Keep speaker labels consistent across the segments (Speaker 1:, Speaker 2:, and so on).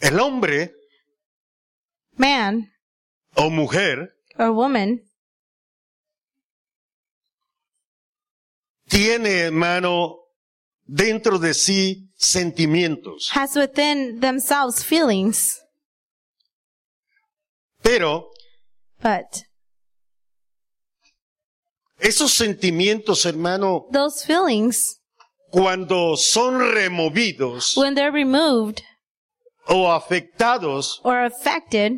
Speaker 1: El hombre
Speaker 2: man
Speaker 1: o mujer
Speaker 2: or woman
Speaker 1: tiene, hermano, dentro de sí sentimientos,
Speaker 2: has within themselves feelings,
Speaker 1: pero
Speaker 2: but
Speaker 1: esos sentimientos, hermano,
Speaker 2: those feelings,
Speaker 1: cuando son removidos
Speaker 2: when they're removed
Speaker 1: o afectados,
Speaker 2: or affected,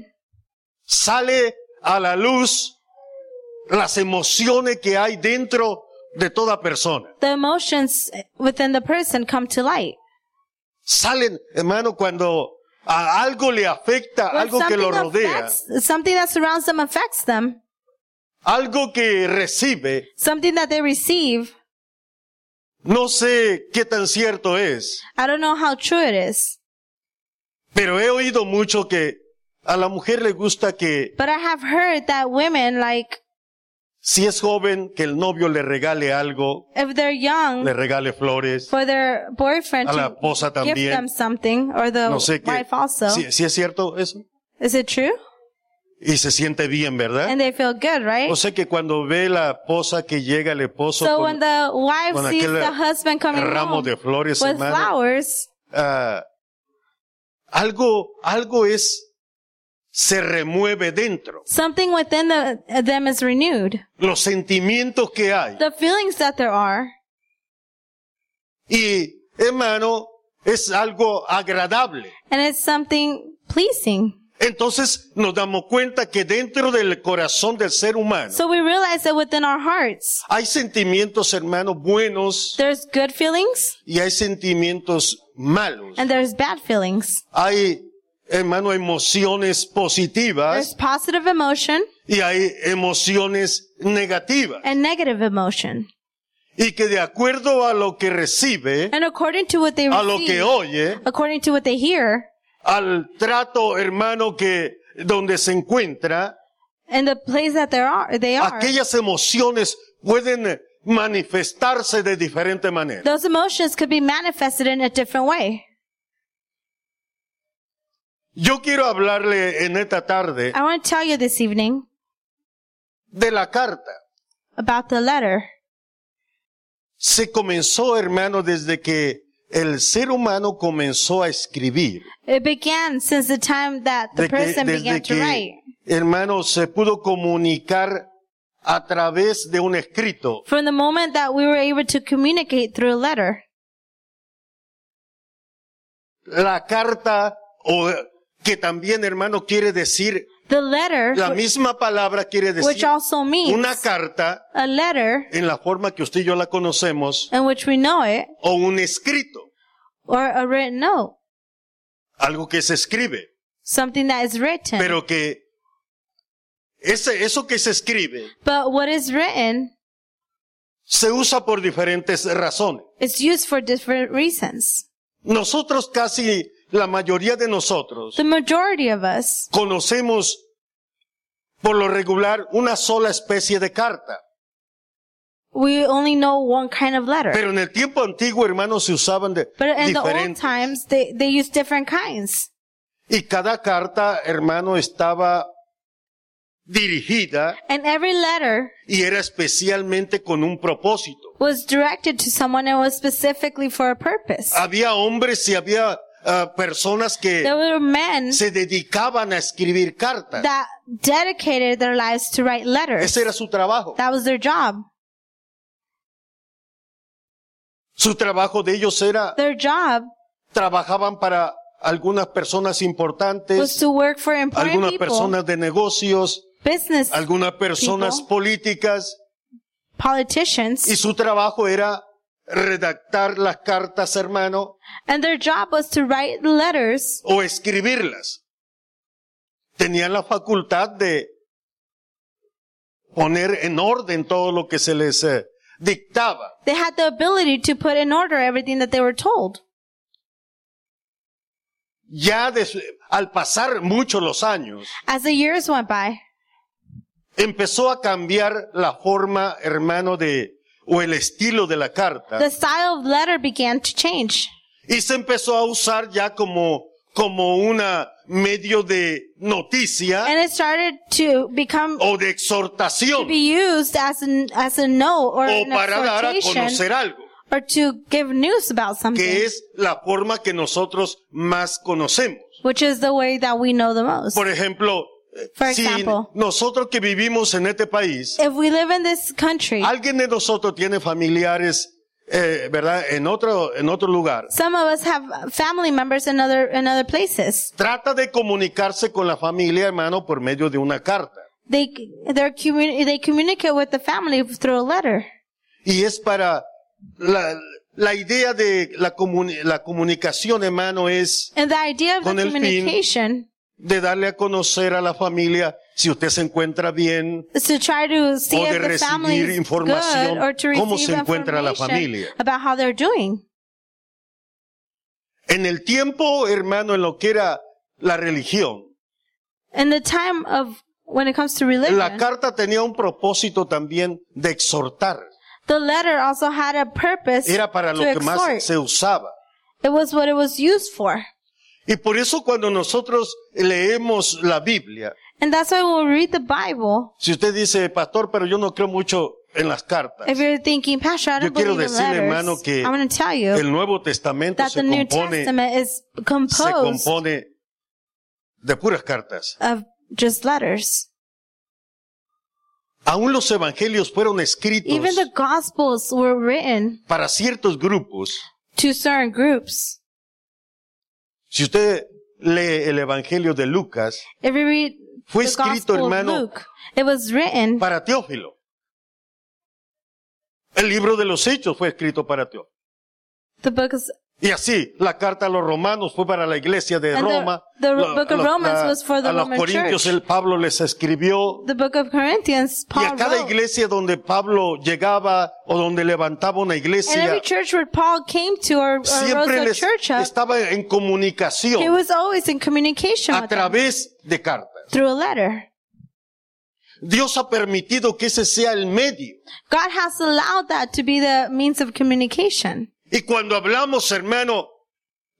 Speaker 1: sale a la luz las emociones que hay dentro de toda persona.
Speaker 2: the emotions within the person come to light.
Speaker 1: Salen, hermano, cuando a algo le afecta,
Speaker 2: When
Speaker 1: algo que lo rodea,
Speaker 2: affects, something that surrounds them affects them,
Speaker 1: algo que recibe,
Speaker 2: something that they receive.
Speaker 1: no sé qué tan cierto es,
Speaker 2: I don't know how true it is,
Speaker 1: pero he oído mucho que a la mujer le gusta que
Speaker 2: but I have heard that women, like,
Speaker 1: si es joven, que el novio le regale algo,
Speaker 2: if they're young,
Speaker 1: le regale flores,
Speaker 2: for their boyfriend
Speaker 1: A la
Speaker 2: to
Speaker 1: esposa
Speaker 2: give
Speaker 1: también.
Speaker 2: them something, or the
Speaker 1: no sé qué.
Speaker 2: wife also.
Speaker 1: Si, si es cierto eso.
Speaker 2: Is it true?
Speaker 1: Y se siente bien, ¿verdad?
Speaker 2: And they feel good, right?
Speaker 1: O sea que cuando ve la esposa que llega el esposo
Speaker 2: So when
Speaker 1: con
Speaker 2: the wife
Speaker 1: con
Speaker 2: sees
Speaker 1: aquel
Speaker 2: the husband coming
Speaker 1: ramo
Speaker 2: home
Speaker 1: de flores,
Speaker 2: with
Speaker 1: hermano,
Speaker 2: flowers,
Speaker 1: ah, algo, algo es, se remueve dentro.
Speaker 2: something within the, them is renewed.
Speaker 1: Los sentimientos que hay.
Speaker 2: The feelings that there are,
Speaker 1: Y, hermano, es algo agradable.
Speaker 2: and it's something pleasing.
Speaker 1: Entonces nos damos cuenta que dentro del corazón del ser humano
Speaker 2: So we realize that within our hearts,
Speaker 1: hay sentimientos, hermanos, buenos
Speaker 2: there's good feelings
Speaker 1: y hay sentimientos malos.
Speaker 2: and there's bad feelings.
Speaker 1: Hay, hermano, emociones
Speaker 2: There's
Speaker 1: positivas
Speaker 2: positive emotion
Speaker 1: y hay emociones negativas.
Speaker 2: and negative emotion.
Speaker 1: Y que de acuerdo a lo que recibe,
Speaker 2: And according to what they
Speaker 1: a lo que
Speaker 2: receive,
Speaker 1: oye,
Speaker 2: according to what they hear,
Speaker 1: al trato, hermano, que donde se encuentra,
Speaker 2: and the place that they are, they are.
Speaker 1: aquellas emociones pueden manifestarse de diferente manera.
Speaker 2: Those emotions could be manifested in a different way.
Speaker 1: Yo quiero hablarle en esta tarde
Speaker 2: I want to tell you this evening
Speaker 1: de la carta.
Speaker 2: about the letter.
Speaker 1: Se comenzó, hermano, desde que el ser humano comenzó a escribir.
Speaker 2: It began since the time that the
Speaker 1: De que-
Speaker 2: person began
Speaker 1: desde
Speaker 2: to write.
Speaker 1: que, hermano, se pudo comunicar a través de un escrito.
Speaker 2: From the moment that we were able to communicate through a letter,
Speaker 1: La carta, o que también, hermano, quiere decir,
Speaker 2: the letter,
Speaker 1: la
Speaker 2: wh-
Speaker 1: misma palabra quiere
Speaker 2: which
Speaker 1: decir
Speaker 2: also means
Speaker 1: una carta
Speaker 2: a letter
Speaker 1: en la forma que usted y yo la conocemos,
Speaker 2: in which we know it,
Speaker 1: o un escrito,
Speaker 2: or a written note,
Speaker 1: algo que se escribe,
Speaker 2: something that is written.
Speaker 1: pero que ese, eso que se escribe
Speaker 2: but what is written
Speaker 1: se usa por diferentes razones.
Speaker 2: is used for different reasons.
Speaker 1: Nosotros casi, la mayoría de nosotros,
Speaker 2: The majority of us,
Speaker 1: conocemos por lo regular una sola especie de carta.
Speaker 2: we only know one kind of letter.
Speaker 1: Pero en el tiempo antiguo, hermanos, se usaban de
Speaker 2: But in the old
Speaker 1: diferentes.
Speaker 2: times, they, they used different kinds.
Speaker 1: Y cada carta, hermano, estaba dirigida
Speaker 2: And every letter
Speaker 1: y era especialmente con un propósito.
Speaker 2: was directed to someone and was specifically for a purpose.
Speaker 1: Había hombres y había ah, personas
Speaker 2: There
Speaker 1: que
Speaker 2: were men
Speaker 1: se dedicaban a escribir cartas.
Speaker 2: that dedicated their lives to write letters.
Speaker 1: Ese era su trabajo.
Speaker 2: That was their job.
Speaker 1: Su trabajo de ellos era,
Speaker 2: Their job
Speaker 1: trabajaban para algunas personas
Speaker 2: was
Speaker 1: importantes,
Speaker 2: to work for important
Speaker 1: algunas
Speaker 2: people,
Speaker 1: personas de negocios,
Speaker 2: business
Speaker 1: algunas personas
Speaker 2: People.
Speaker 1: políticas, y
Speaker 2: politicians,
Speaker 1: su trabajo era redactar las cartas, hermano,
Speaker 2: and their job was to write letters.
Speaker 1: o escribirlas. Tenían la facultad de poner en orden todo lo que se les eh, dictaba.
Speaker 2: They had the ability to put in order everything that they were told.
Speaker 1: Ya des- al pasar muchos los años,
Speaker 2: As the years went by,
Speaker 1: empezó a cambiar la forma, hermano, de o el estilo de la carta
Speaker 2: the style of letter began to change.
Speaker 1: y se empezó a usar ya como como una medio de noticia
Speaker 2: And it started to become,
Speaker 1: o de
Speaker 2: to
Speaker 1: exhortación
Speaker 2: be used as an, as a no or
Speaker 1: o
Speaker 2: an
Speaker 1: para dar a
Speaker 2: exhortation
Speaker 1: conocer algo,
Speaker 2: or to give news about
Speaker 1: que
Speaker 2: something,
Speaker 1: es la forma que nosotros más conocemos.
Speaker 2: which is the way that we know the most.
Speaker 1: Por ejemplo, eh,
Speaker 2: For
Speaker 1: si
Speaker 2: example.
Speaker 1: nosotros que vivimos en este país,
Speaker 2: If we live in this country,
Speaker 1: alguien de nosotros tiene familiares, eh, ¿verdad? En otro, en otro lugar.
Speaker 2: some of us have family members in other, in other places.
Speaker 1: Trata de comunicarse con la familia, hermano, por medio de una carta.
Speaker 2: They, they're communi- they communicate with the family through a letter.
Speaker 1: Y es para la, la idea de la, comuni- la comunicación, hermano, es
Speaker 2: And the idea of the
Speaker 1: Con el fin-
Speaker 2: communication
Speaker 1: de darle a conocer a la familia si usted se encuentra bien.
Speaker 2: is to try to see
Speaker 1: O de
Speaker 2: if the family
Speaker 1: recibir
Speaker 2: is
Speaker 1: información,
Speaker 2: good or to receive
Speaker 1: cómo se encuentra la
Speaker 2: information
Speaker 1: familia.
Speaker 2: about how they're doing.
Speaker 1: En el tiempo, hermano, en lo que era la religión,
Speaker 2: In the time of when it comes to religion,
Speaker 1: la carta tenía un propósito también de exhortar.
Speaker 2: the letter also had a purpose
Speaker 1: Era para lo
Speaker 2: to
Speaker 1: que
Speaker 2: exhort.
Speaker 1: más se usaba.
Speaker 2: It was what it was used for.
Speaker 1: Y por eso cuando nosotros leemos la Biblia,
Speaker 2: And that's why we'll read the Bible.
Speaker 1: si usted dice, pastor, pero yo no creo mucho en las cartas.
Speaker 2: If you're thinking, Pastor, I
Speaker 1: Yo
Speaker 2: don't
Speaker 1: quiero
Speaker 2: believe in
Speaker 1: decirle,
Speaker 2: letters,
Speaker 1: hermano, que
Speaker 2: I'm going to tell you
Speaker 1: El Nuevo Testamento
Speaker 2: that
Speaker 1: se
Speaker 2: the New
Speaker 1: compone,
Speaker 2: Testament is
Speaker 1: se
Speaker 2: composed
Speaker 1: compone de puras cartas.
Speaker 2: of just letters.
Speaker 1: Aún los evangelios fueron escritos
Speaker 2: Even the Gospels were written
Speaker 1: para ciertos grupos.
Speaker 2: to certain groups.
Speaker 1: Si usted lee el Evangelio de Lucas,
Speaker 2: If you read
Speaker 1: Fue
Speaker 2: the
Speaker 1: escrito,
Speaker 2: Gospel of
Speaker 1: hermano,
Speaker 2: Luke, it was written
Speaker 1: para Teófilo. El libro de los Hechos fue escrito para Teófilo.
Speaker 2: the book is
Speaker 1: Y así, la carta a los romanos fue para la iglesia de
Speaker 2: And the-
Speaker 1: Roma.
Speaker 2: the
Speaker 1: La-
Speaker 2: book of
Speaker 1: la-
Speaker 2: Romans
Speaker 1: la-
Speaker 2: was for the
Speaker 1: a los
Speaker 2: Roman
Speaker 1: corintios
Speaker 2: church.
Speaker 1: el Pablo les escribió.
Speaker 2: the book of Corinthians.
Speaker 1: Y
Speaker 2: Paul
Speaker 1: a cada
Speaker 2: wrote.
Speaker 1: iglesia donde Pablo llegaba o donde levantaba una
Speaker 2: and every
Speaker 1: iglesia,
Speaker 2: church where Paul came to or, or rose
Speaker 1: siempre
Speaker 2: a
Speaker 1: les-
Speaker 2: church up,
Speaker 1: estaba en
Speaker 2: he
Speaker 1: comunicación
Speaker 2: was always in communication
Speaker 1: a
Speaker 2: with them
Speaker 1: través de cartas.
Speaker 2: through a letter.
Speaker 1: Dios ha permitido que ese sea el medio.
Speaker 2: God has allowed that to be the means of communication.
Speaker 1: Y cuando hablamos, hermano,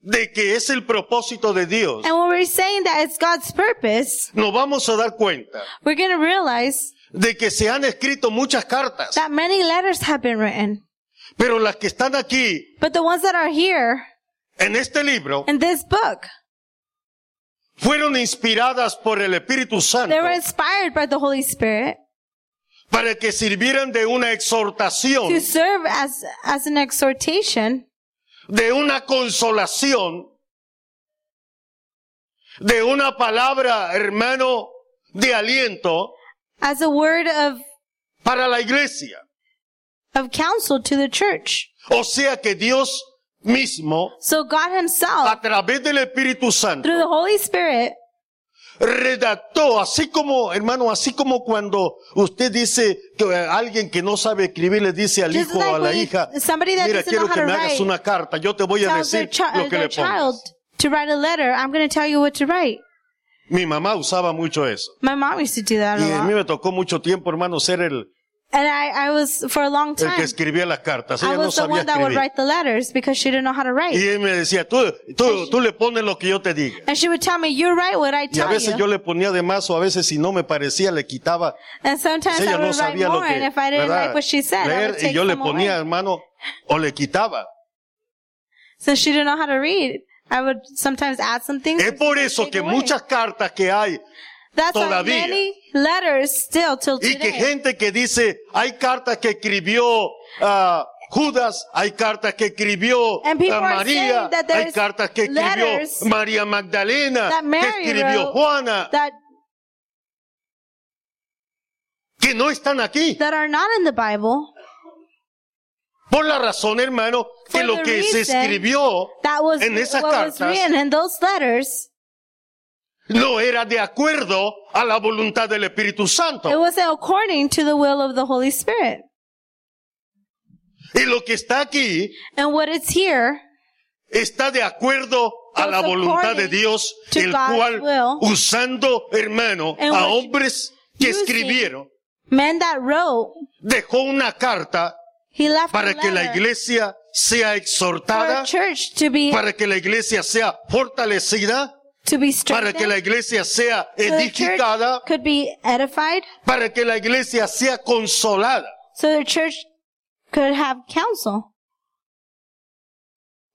Speaker 1: de que es el propósito de Dios,
Speaker 2: And when we're saying that it's God's purpose,
Speaker 1: nos vamos a dar cuenta
Speaker 2: we're going to realize
Speaker 1: de que se han escrito muchas cartas,
Speaker 2: that many letters have been written.
Speaker 1: pero las que están aquí
Speaker 2: But the ones that are here
Speaker 1: en este libro
Speaker 2: in this book,
Speaker 1: fueron inspiradas por el Espíritu Santo
Speaker 2: they were inspired by the Holy Spirit
Speaker 1: para que sirvieran de una
Speaker 2: to
Speaker 1: exhortación,
Speaker 2: serve as, as an exhortation,
Speaker 1: de una consolación, de una palabra, hermano, de aliento
Speaker 2: as a word of,
Speaker 1: para la iglesia.
Speaker 2: of counsel to the church.
Speaker 1: O sea que Dios mismo,
Speaker 2: So God himself,
Speaker 1: a través del Espíritu Santo,
Speaker 2: through the Holy Spirit,
Speaker 1: redactó, así como, hermano, así como cuando usted dice que eh, alguien que no sabe escribir le dice al
Speaker 2: Just
Speaker 1: hijo o
Speaker 2: like
Speaker 1: a la
Speaker 2: when you-
Speaker 1: hija,
Speaker 2: somebody that
Speaker 1: mira,
Speaker 2: doesn't
Speaker 1: quiero
Speaker 2: know how
Speaker 1: que
Speaker 2: to
Speaker 1: me hagas
Speaker 2: write
Speaker 1: una carta, yo te voy a
Speaker 2: tells
Speaker 1: decir
Speaker 2: their, chi-
Speaker 1: lo que
Speaker 2: their
Speaker 1: le
Speaker 2: child
Speaker 1: pongo.
Speaker 2: to write a letter, I'm going to tell you what to write.
Speaker 1: Mi mamá usaba mucho eso.
Speaker 2: My mom used to do that
Speaker 1: Y
Speaker 2: a
Speaker 1: a mí
Speaker 2: lot.
Speaker 1: me tocó mucho tiempo, hermano, ser el,
Speaker 2: And I, I was, for a long
Speaker 1: el que
Speaker 2: time,
Speaker 1: escribía las cartas.
Speaker 2: I
Speaker 1: Ella no
Speaker 2: was the
Speaker 1: sabía
Speaker 2: one that would
Speaker 1: escribir.
Speaker 2: write the letters because she didn't know how to
Speaker 1: Y
Speaker 2: write.
Speaker 1: él me decía, tú, tú, tú le pones lo que yo te diga.
Speaker 2: And she would tell me, you write what I
Speaker 1: Y a
Speaker 2: tell
Speaker 1: veces yo
Speaker 2: you.
Speaker 1: le ponía de más o a veces si no me parecía le quitaba.
Speaker 2: And sometimes
Speaker 1: Ella
Speaker 2: I
Speaker 1: no
Speaker 2: would write
Speaker 1: sabía lo
Speaker 2: more,
Speaker 1: que
Speaker 2: and if I didn't
Speaker 1: ¿verdad?
Speaker 2: like what she said, I
Speaker 1: leer
Speaker 2: would
Speaker 1: y
Speaker 2: take
Speaker 1: yo le
Speaker 2: them
Speaker 1: ponía,
Speaker 2: away.
Speaker 1: hermano, o le quitaba.
Speaker 2: Since she didn't know how to read, I would sometimes add some things.
Speaker 1: Es por eso
Speaker 2: take
Speaker 1: que
Speaker 2: away.
Speaker 1: muchas cartas que hay
Speaker 2: That's why
Speaker 1: todavía.
Speaker 2: many letters still till
Speaker 1: y que
Speaker 2: today.
Speaker 1: gente que dice, hay cartas que escribió ah, Judas, hay cartas que escribió
Speaker 2: And people
Speaker 1: ah,
Speaker 2: are
Speaker 1: María,
Speaker 2: saying that
Speaker 1: hay
Speaker 2: there's
Speaker 1: cartas que escribió
Speaker 2: letters
Speaker 1: María Magdalena,
Speaker 2: that Mary
Speaker 1: que escribió
Speaker 2: wrote
Speaker 1: Juana,
Speaker 2: That
Speaker 1: que no están aquí.
Speaker 2: that are not in the Bible
Speaker 1: Por la razón, hermano, que
Speaker 2: For
Speaker 1: lo
Speaker 2: the
Speaker 1: que se
Speaker 2: reason-
Speaker 1: escribió
Speaker 2: that was
Speaker 1: En esas
Speaker 2: what was
Speaker 1: cartas-
Speaker 2: written in those letters.
Speaker 1: no era de acuerdo a la voluntad del Espíritu
Speaker 2: It
Speaker 1: Santo.
Speaker 2: was according to the will of the Holy Spirit.
Speaker 1: Y lo que está aquí
Speaker 2: And what is here,
Speaker 1: está de acuerdo a
Speaker 2: Goes
Speaker 1: la voluntad de
Speaker 2: according
Speaker 1: Dios,
Speaker 2: to
Speaker 1: el
Speaker 2: God's
Speaker 1: cual,
Speaker 2: will.
Speaker 1: usando, hermano,
Speaker 2: And
Speaker 1: a
Speaker 2: what-
Speaker 1: hombres que
Speaker 2: using-
Speaker 1: escribieron,
Speaker 2: men that wrote,
Speaker 1: dejó una carta
Speaker 2: he left a
Speaker 1: para que la
Speaker 2: letter
Speaker 1: iglesia sea
Speaker 2: for
Speaker 1: exhortada
Speaker 2: a church to be
Speaker 1: para que la iglesia sea fortalecida,
Speaker 2: to
Speaker 1: para
Speaker 2: be strengthened,
Speaker 1: que la iglesia sea
Speaker 2: so the church
Speaker 1: edificada,
Speaker 2: could be edified,
Speaker 1: para que la iglesia sea consolada.
Speaker 2: so the church could have counsel.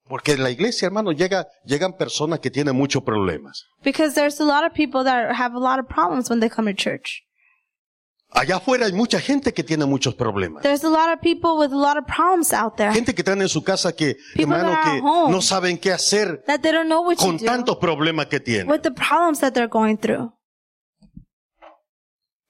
Speaker 1: Porque en la iglesia, hermano, llega, llegan personas que tienen muchos problemas.
Speaker 2: Because there's a lot of people that have a lot of problems when they come to church.
Speaker 1: Allá afuera hay mucha gente que tiene muchos problemas.
Speaker 2: There's a lot of people with a lot of problems out there
Speaker 1: Gente que están en su casa que,
Speaker 2: People
Speaker 1: hermano,
Speaker 2: that are
Speaker 1: que
Speaker 2: at home.
Speaker 1: no saben qué hacer
Speaker 2: that they don't know what
Speaker 1: con
Speaker 2: to do
Speaker 1: tantos problemas que tienen.
Speaker 2: with the problems that they're going through.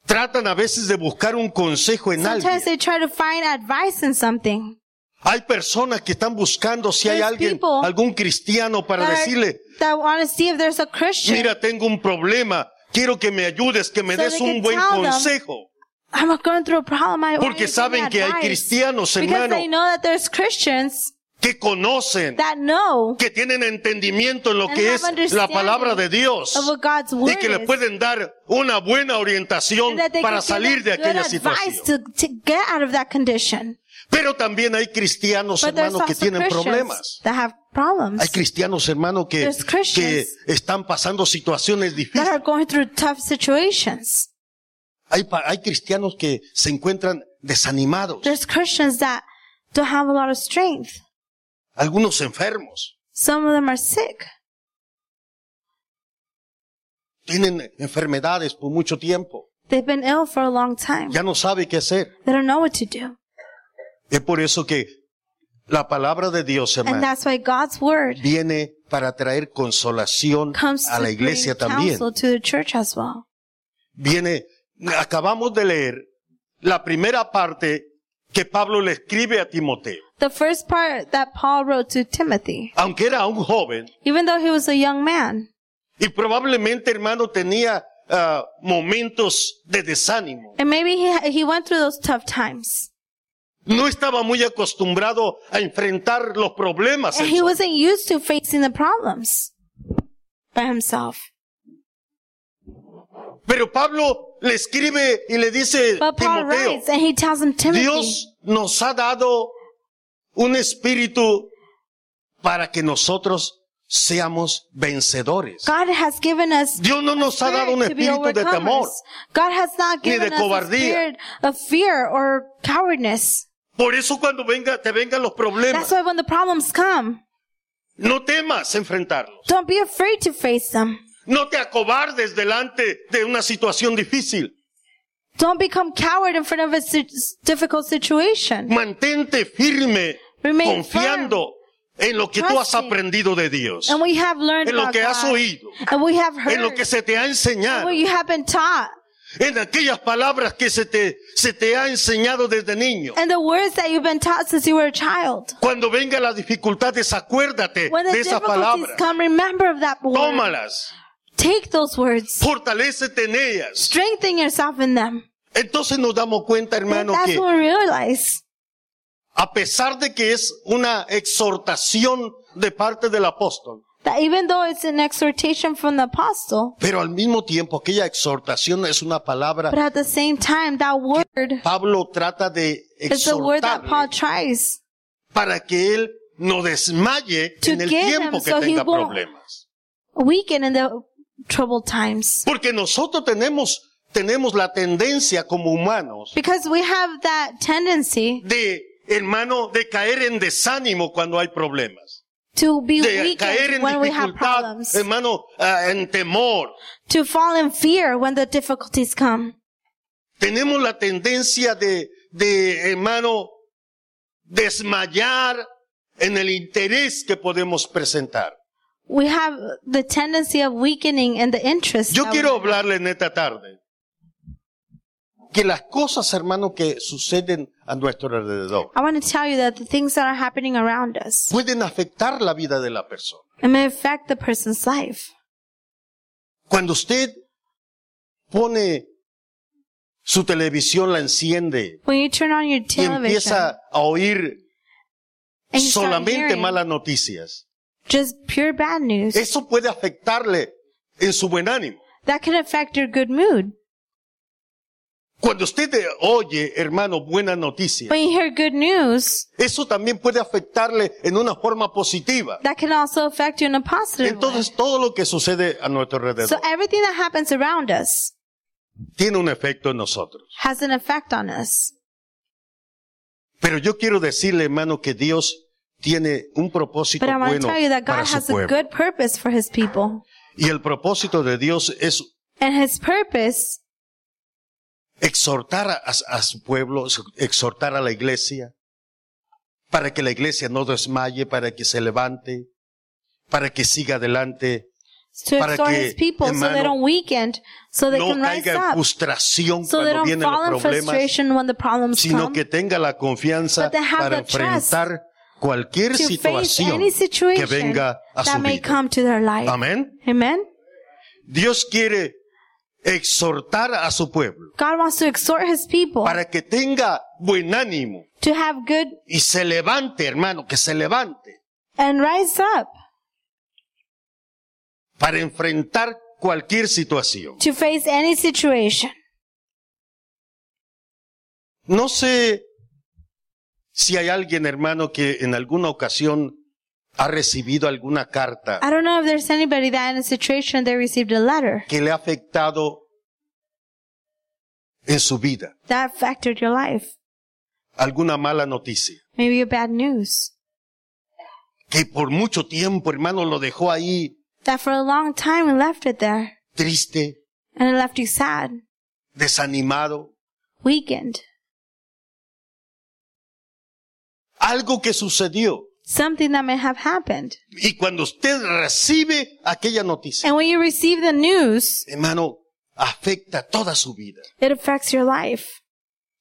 Speaker 1: Tratan a veces de buscar un consejo en alguien.
Speaker 2: Sometimes they try to find advice in something.
Speaker 1: Hay personas que están buscando si hay
Speaker 2: There's
Speaker 1: alguien,
Speaker 2: people
Speaker 1: algún cristiano para
Speaker 2: that are-
Speaker 1: decirle,
Speaker 2: That want to see if there's a Christian.
Speaker 1: mira, tengo un problema, quiero que me ayudes, que me
Speaker 2: So
Speaker 1: des
Speaker 2: they
Speaker 1: un
Speaker 2: can
Speaker 1: buen
Speaker 2: tell them,
Speaker 1: consejo.
Speaker 2: I'm going through a problem. I want you
Speaker 1: Porque
Speaker 2: to give me
Speaker 1: saben que hay
Speaker 2: advice.
Speaker 1: cristianos,
Speaker 2: Because
Speaker 1: hermano,
Speaker 2: they know that there's Christians
Speaker 1: que conocen,
Speaker 2: that know
Speaker 1: que tienen entendimiento en lo
Speaker 2: And
Speaker 1: que
Speaker 2: have
Speaker 1: es la palabra de Dios
Speaker 2: of what God's
Speaker 1: y
Speaker 2: word
Speaker 1: que le
Speaker 2: is.
Speaker 1: pueden dar una buena orientación
Speaker 2: and that they
Speaker 1: para
Speaker 2: can
Speaker 1: salir
Speaker 2: give
Speaker 1: de
Speaker 2: them good
Speaker 1: aquella
Speaker 2: advice
Speaker 1: situación.
Speaker 2: to, to get out of that condition.
Speaker 1: Pero también hay cristianos,
Speaker 2: But there's
Speaker 1: hermanos,
Speaker 2: also
Speaker 1: que tienen
Speaker 2: Christians
Speaker 1: problemas.
Speaker 2: that have problems.
Speaker 1: Hay cristianos, hermano, que,
Speaker 2: There's Christians.
Speaker 1: que están pasando situaciones difíciles.
Speaker 2: that are going through tough situations.
Speaker 1: Hay, pa- hay cristianos que se encuentran desanimados,
Speaker 2: There's Christians that don't have a lot of strength.
Speaker 1: algunos enfermos,
Speaker 2: Some of them are sick.
Speaker 1: tienen enfermedades por mucho tiempo,
Speaker 2: They've been ill for a long time.
Speaker 1: ya no sabe qué hacer.
Speaker 2: They don't know what to do.
Speaker 1: Es por eso que la palabra de Dios,
Speaker 2: And
Speaker 1: hermano,
Speaker 2: that's why God's word
Speaker 1: viene para traer consolación
Speaker 2: comes
Speaker 1: a
Speaker 2: to
Speaker 1: la
Speaker 2: bring
Speaker 1: iglesia también.
Speaker 2: counsel to the church as well.
Speaker 1: Viene, acabamos de leer la primera parte que Pablo le escribe a Timoteo.
Speaker 2: The first part that Paul wrote to Timothy,
Speaker 1: Aunque era un joven,
Speaker 2: even though he was a young man,
Speaker 1: y probablemente, hermano, tenía ah, momentos de desánimo.
Speaker 2: and maybe he, he went through those tough times.
Speaker 1: No estaba muy acostumbrado a enfrentar los problemas.
Speaker 2: And he wasn't used to facing the problems by himself.
Speaker 1: Pero Pablo le escribe y le dice,
Speaker 2: But
Speaker 1: Timoteo,
Speaker 2: Paul writes and he tells him, Timothy,
Speaker 1: Dios nos ha dado un espíritu para que nosotros seamos vencedores.
Speaker 2: God has given us
Speaker 1: Dios no nos ha dado un
Speaker 2: spirit to be
Speaker 1: espíritu de temor.
Speaker 2: overcomers. God has not
Speaker 1: ni de
Speaker 2: given us a
Speaker 1: cobardía.
Speaker 2: spirit of fear or cowardness.
Speaker 1: Por eso cuando venga, te vengan los
Speaker 2: That's
Speaker 1: problemas,
Speaker 2: why when the problems come,
Speaker 1: no temas enfrentarlos.
Speaker 2: don't be afraid to face them.
Speaker 1: No te acobardes delante de una situación difícil.
Speaker 2: Don't become coward in front of a si- difficult situation.
Speaker 1: Mantente firme,
Speaker 2: Remain
Speaker 1: confiando en lo que tú has
Speaker 2: Trusting.
Speaker 1: aprendido de Dios.
Speaker 2: And we have learned
Speaker 1: en lo
Speaker 2: about
Speaker 1: que has
Speaker 2: God.
Speaker 1: oído,
Speaker 2: And we have
Speaker 1: en lo
Speaker 2: heard.
Speaker 1: que se te ha
Speaker 2: And
Speaker 1: enseñado,
Speaker 2: what you have been taught.
Speaker 1: en aquellas palabras que se te, se te ha enseñado desde niño.
Speaker 2: And the words that you've been taught since you were a child.
Speaker 1: Cuando venga la dificultad, desacuérdate
Speaker 2: When the
Speaker 1: de esas
Speaker 2: difficulties
Speaker 1: palabras.
Speaker 2: come, remember of that word.
Speaker 1: Tómalas,
Speaker 2: Take those words.
Speaker 1: fortalécete en ellas.
Speaker 2: Strengthen yourself in them.
Speaker 1: Entonces nos damos cuenta,
Speaker 2: And
Speaker 1: hermano,
Speaker 2: that's
Speaker 1: que
Speaker 2: when we realize.
Speaker 1: a pesar de que es una exhortación de parte del apóstol,
Speaker 2: that even though it's an exhortation from the apostle,
Speaker 1: pero al mismo tiempo aquella exhortación es una
Speaker 2: but
Speaker 1: palabra.
Speaker 2: at the same time, that word
Speaker 1: Pablo trata de
Speaker 2: is the word that Paul
Speaker 1: exhortar
Speaker 2: tries
Speaker 1: para que él no desmaye
Speaker 2: To
Speaker 1: en el
Speaker 2: give
Speaker 1: tiempo
Speaker 2: him
Speaker 1: que
Speaker 2: so he
Speaker 1: tenga
Speaker 2: won't.
Speaker 1: problemas.
Speaker 2: weaken in the troubled times.
Speaker 1: Porque nosotros tenemos, tenemos la tendencia como humanos
Speaker 2: Because we have that tendency
Speaker 1: de, hermano, de caer en desánimo cuando hay problemas.
Speaker 2: to be
Speaker 1: De caer
Speaker 2: weakened
Speaker 1: en
Speaker 2: when we have
Speaker 1: dificultad,
Speaker 2: problems,
Speaker 1: hermano, ah, en temor.
Speaker 2: to fall in fear when the difficulties come.
Speaker 1: Tenemos la tendencia de, de, hermano, desmayar en el interés que podemos presentar.
Speaker 2: We have the tendency of weakening in the interest.
Speaker 1: Yo
Speaker 2: that we-
Speaker 1: quiero hablarle en esta tarde que las cosas, hermano, que suceden a nuestro alrededor
Speaker 2: I want to tell you that the things that are happening around us
Speaker 1: pueden afectar la vida de la persona.
Speaker 2: it may affect the person's life.
Speaker 1: Cuando usted pone su televisión, la enciende
Speaker 2: When you turn on your
Speaker 1: y
Speaker 2: television,
Speaker 1: empieza a oír
Speaker 2: and you start
Speaker 1: solamente
Speaker 2: hearing
Speaker 1: malas noticias,
Speaker 2: just pure bad news
Speaker 1: eso puede afectarle en su buen ánimo.
Speaker 2: that can affect your good mood.
Speaker 1: Cuando usted eh, oye, hermano, buena noticia,
Speaker 2: When you hear good news,
Speaker 1: eso también puede afectarle en una forma positiva.
Speaker 2: that can also affect you in a positive way.
Speaker 1: Entonces todo lo que sucede a nuestro
Speaker 2: So eh,
Speaker 1: alrededor
Speaker 2: everything that happens around us
Speaker 1: tiene un efecto en nosotros.
Speaker 2: has an effect on us.
Speaker 1: Pero yo quiero decirle, hermano, que Dios tiene un propósito
Speaker 2: But I want to
Speaker 1: bueno
Speaker 2: tell you that
Speaker 1: para
Speaker 2: God
Speaker 1: su
Speaker 2: has a
Speaker 1: pueblo.
Speaker 2: good purpose for His people.
Speaker 1: Y el propósito de Dios es
Speaker 2: And His purpose
Speaker 1: exhortar a, a- a su pueblo, su- exhortar a la iglesia, para que la iglesia no desmaye, para que se levante, para que siga adelante,
Speaker 2: is to
Speaker 1: Para
Speaker 2: exhort
Speaker 1: que,
Speaker 2: His people so
Speaker 1: hermano,
Speaker 2: they don't weaken, so they
Speaker 1: no
Speaker 2: can rise
Speaker 1: caiga en
Speaker 2: up,
Speaker 1: frustración
Speaker 2: so they
Speaker 1: cuando
Speaker 2: don't
Speaker 1: vienen
Speaker 2: fall in
Speaker 1: los problemas,
Speaker 2: frustration when the problems
Speaker 1: sino
Speaker 2: come,
Speaker 1: que tenga la confianza
Speaker 2: but they have
Speaker 1: para
Speaker 2: the trust
Speaker 1: enfrentar cualquier
Speaker 2: to face
Speaker 1: situación
Speaker 2: any
Speaker 1: que
Speaker 2: situation
Speaker 1: venga a su
Speaker 2: that may
Speaker 1: vida.
Speaker 2: come to their life.
Speaker 1: Amén.
Speaker 2: Amen?
Speaker 1: Dios quiere exhortar a su pueblo
Speaker 2: God wants to exhort His people
Speaker 1: para que tenga buen ánimo
Speaker 2: to have good
Speaker 1: y se levante, hermano, que se levante
Speaker 2: and rise up
Speaker 1: para enfrentar cualquier situación.
Speaker 2: to face any situation.
Speaker 1: No sé si hay alguien, hermano, que en alguna ocasión ha recibido alguna carta
Speaker 2: I don't know if there's anybody that in a situation they received a letter
Speaker 1: que le ha afectado en su vida,
Speaker 2: that affected your life.
Speaker 1: alguna mala noticia,
Speaker 2: Maybe a bad news
Speaker 1: que por mucho tiempo, hermano, lo dejó ahí
Speaker 2: that for a long time it left it there
Speaker 1: triste,
Speaker 2: and it left you sad,
Speaker 1: desanimado,
Speaker 2: weakened.
Speaker 1: algo que sucedió.
Speaker 2: Something that may have happened.
Speaker 1: Y cuando usted recibe aquella noticia,
Speaker 2: And when you receive the news,
Speaker 1: hermano, afecta toda su vida.
Speaker 2: it affects your life.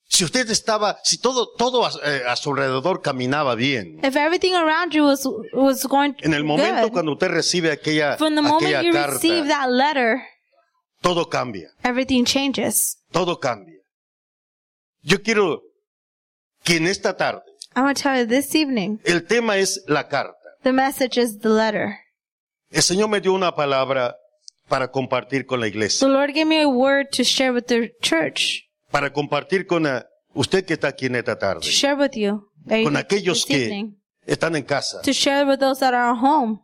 Speaker 1: Si usted estaba, si todo, todo a, eh, a su alrededor caminaba bien,
Speaker 2: If everything around you was was going
Speaker 1: en el momento
Speaker 2: good,
Speaker 1: cuando usted recibe aquella,
Speaker 2: from the
Speaker 1: aquella
Speaker 2: moment you
Speaker 1: carta,
Speaker 2: receive that letter,
Speaker 1: todo cambia,
Speaker 2: everything changes.
Speaker 1: todo cambia. Yo quiero que en esta tarde,
Speaker 2: I want to tell you this evening,
Speaker 1: el tema es la carta.
Speaker 2: the message is the letter.
Speaker 1: El Señor me dio una palabra para compartir con la
Speaker 2: The
Speaker 1: iglesia,
Speaker 2: Lord gave me a word to share with the church,
Speaker 1: para compartir con eh, usted que está aquí en esta tarde,
Speaker 2: to share with you that you
Speaker 1: con
Speaker 2: did
Speaker 1: aquellos
Speaker 2: this
Speaker 1: que
Speaker 2: evening,
Speaker 1: están en casa.
Speaker 2: to share with those that are at home.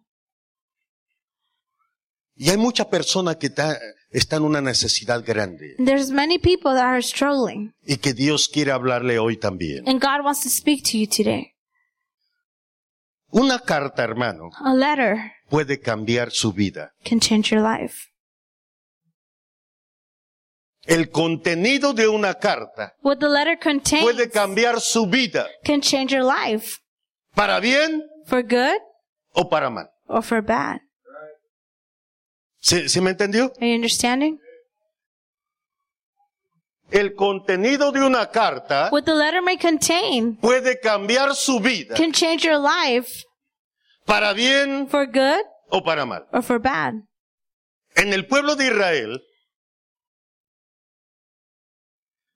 Speaker 1: Y hay muchas personas que ta- están en una necesidad grande
Speaker 2: There's many people that are struggling,
Speaker 1: y que Dios quiere hablarle hoy también.
Speaker 2: and God wants to speak to you today.
Speaker 1: Una carta, hermano,
Speaker 2: A letter
Speaker 1: puede cambiar su vida.
Speaker 2: can change your life.
Speaker 1: El contenido de una carta
Speaker 2: What the letter contains
Speaker 1: puede cambiar su vida
Speaker 2: can change your life
Speaker 1: para bien
Speaker 2: for good
Speaker 1: o para mal.
Speaker 2: or for bad.
Speaker 1: ¿Sí, sí me entendió?
Speaker 2: Are you understanding?
Speaker 1: El contenido de una carta
Speaker 2: What the letter may contain
Speaker 1: puede cambiar su vida
Speaker 2: can change your life
Speaker 1: para bien
Speaker 2: for good
Speaker 1: o para mal.
Speaker 2: or for bad.
Speaker 1: En el pueblo de Israel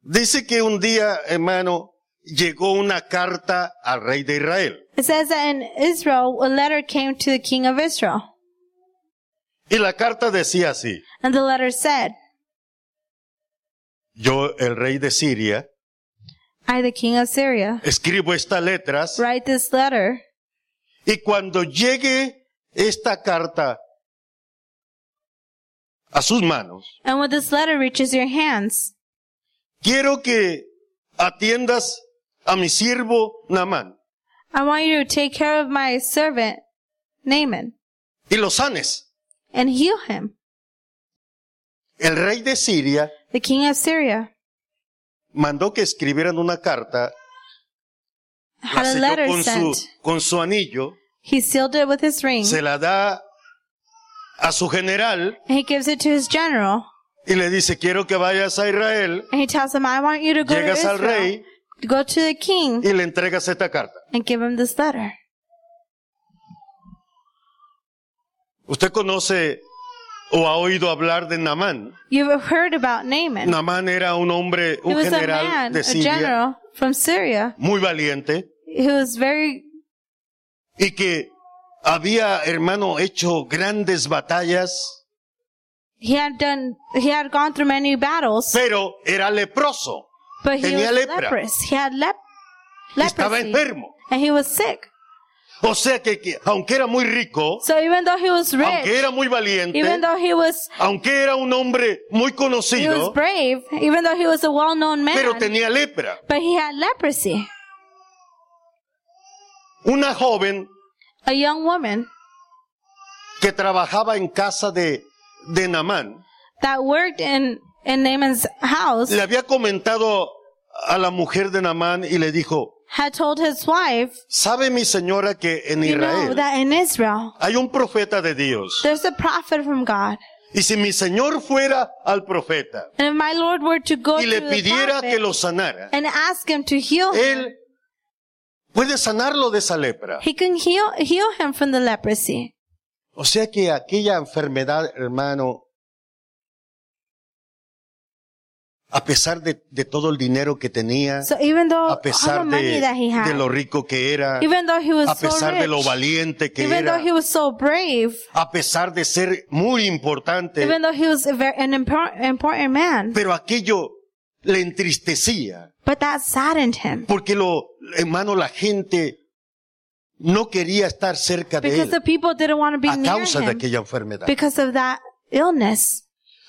Speaker 1: dice que un día, hermano, llegó una carta al rey de Israel.
Speaker 2: It says that in Israel, a letter came to the king of Israel.
Speaker 1: Y la carta decía así,
Speaker 2: And the letter said,
Speaker 1: yo, el rey de Siria,
Speaker 2: I, the king of Syria,
Speaker 1: escribo estas letras
Speaker 2: write this letter.
Speaker 1: y cuando llegue esta carta a sus manos,
Speaker 2: And when this letter reaches your hands,
Speaker 1: quiero que atiendas a mi siervo Naamán
Speaker 2: I want you to take care of my servant, Naaman,
Speaker 1: y lo sanes.
Speaker 2: and heal him.
Speaker 1: El rey de Siria
Speaker 2: The king of Syria
Speaker 1: mandó que escribieran una carta la
Speaker 2: had a
Speaker 1: selló
Speaker 2: letter
Speaker 1: con
Speaker 2: sent.
Speaker 1: su, con su anillo,
Speaker 2: He sealed it with his ring.
Speaker 1: se la da a su general
Speaker 2: And he gives it to his general.
Speaker 1: y le dice, quiero que vayas a Israel,
Speaker 2: And he tells him, I want you to go to
Speaker 1: llegas al
Speaker 2: Israel,
Speaker 1: rey
Speaker 2: go to the king,
Speaker 1: y le entregas esta carta.
Speaker 2: and give him this letter.
Speaker 1: Usted conoce o ha oído hablar de Naamán.
Speaker 2: You've heard about Naaman.
Speaker 1: Naamán era un hombre,
Speaker 2: he
Speaker 1: un
Speaker 2: was a
Speaker 1: general
Speaker 2: man, a
Speaker 1: de Siria,
Speaker 2: general from Syria,
Speaker 1: muy valiente
Speaker 2: who was very,
Speaker 1: y que había, hermano, hecho grandes batallas
Speaker 2: He had done, he had gone through many battles,
Speaker 1: pero era leproso,
Speaker 2: but he was
Speaker 1: tenía lepra.
Speaker 2: leprous. He had lep-
Speaker 1: estaba
Speaker 2: leprosy,
Speaker 1: enfermo.
Speaker 2: and he was sick.
Speaker 1: O sea que, que aunque era muy rico,
Speaker 2: So even though he was
Speaker 1: aunque
Speaker 2: rich,
Speaker 1: era muy valiente,
Speaker 2: even though he was
Speaker 1: aunque era un hombre muy
Speaker 2: he was
Speaker 1: conocido,
Speaker 2: brave, even though he was a well-known
Speaker 1: pero
Speaker 2: man,
Speaker 1: tenía lepra.
Speaker 2: but he had leprosy.
Speaker 1: Una joven
Speaker 2: A young woman
Speaker 1: que trabajaba en casa de, de Namán
Speaker 2: that worked in in Naaman's house
Speaker 1: le había comentado a la mujer de Namán y le dijo,
Speaker 2: had told his wife,
Speaker 1: sabe mi señora que en
Speaker 2: "You know
Speaker 1: Israel
Speaker 2: that in Israel
Speaker 1: hay un profeta de Dios.
Speaker 2: there's a prophet from God,
Speaker 1: Y si mi señor fuera al profeta
Speaker 2: and if my Lord were to go
Speaker 1: y
Speaker 2: to
Speaker 1: le
Speaker 2: the
Speaker 1: pidiera que
Speaker 2: prophet
Speaker 1: lo sanara,
Speaker 2: and ask him to heal him,
Speaker 1: él puede sanarlo de esa lepra.
Speaker 2: he can heal heal him from the leprosy."
Speaker 1: O sea que aquella enfermedad, hermano, a pesar de, de todo el dinero que tenía,
Speaker 2: So even though all
Speaker 1: a
Speaker 2: the
Speaker 1: pesar
Speaker 2: money
Speaker 1: de,
Speaker 2: that he
Speaker 1: de
Speaker 2: had,
Speaker 1: lo rico que era,
Speaker 2: even though he was
Speaker 1: a
Speaker 2: so
Speaker 1: pesar de lo
Speaker 2: rich,
Speaker 1: valiente que
Speaker 2: even though
Speaker 1: era,
Speaker 2: he was so brave,
Speaker 1: a pesar de ser muy importante,
Speaker 2: even though he was a very, an impor- important man,
Speaker 1: pero aquello le entristecía,
Speaker 2: but that saddened him
Speaker 1: porque lo, hermano, la gente no quería estar cerca de
Speaker 2: because
Speaker 1: él
Speaker 2: the people didn't want to be
Speaker 1: a
Speaker 2: near
Speaker 1: causa de
Speaker 2: him
Speaker 1: aquella enfermedad.
Speaker 2: because of that illness.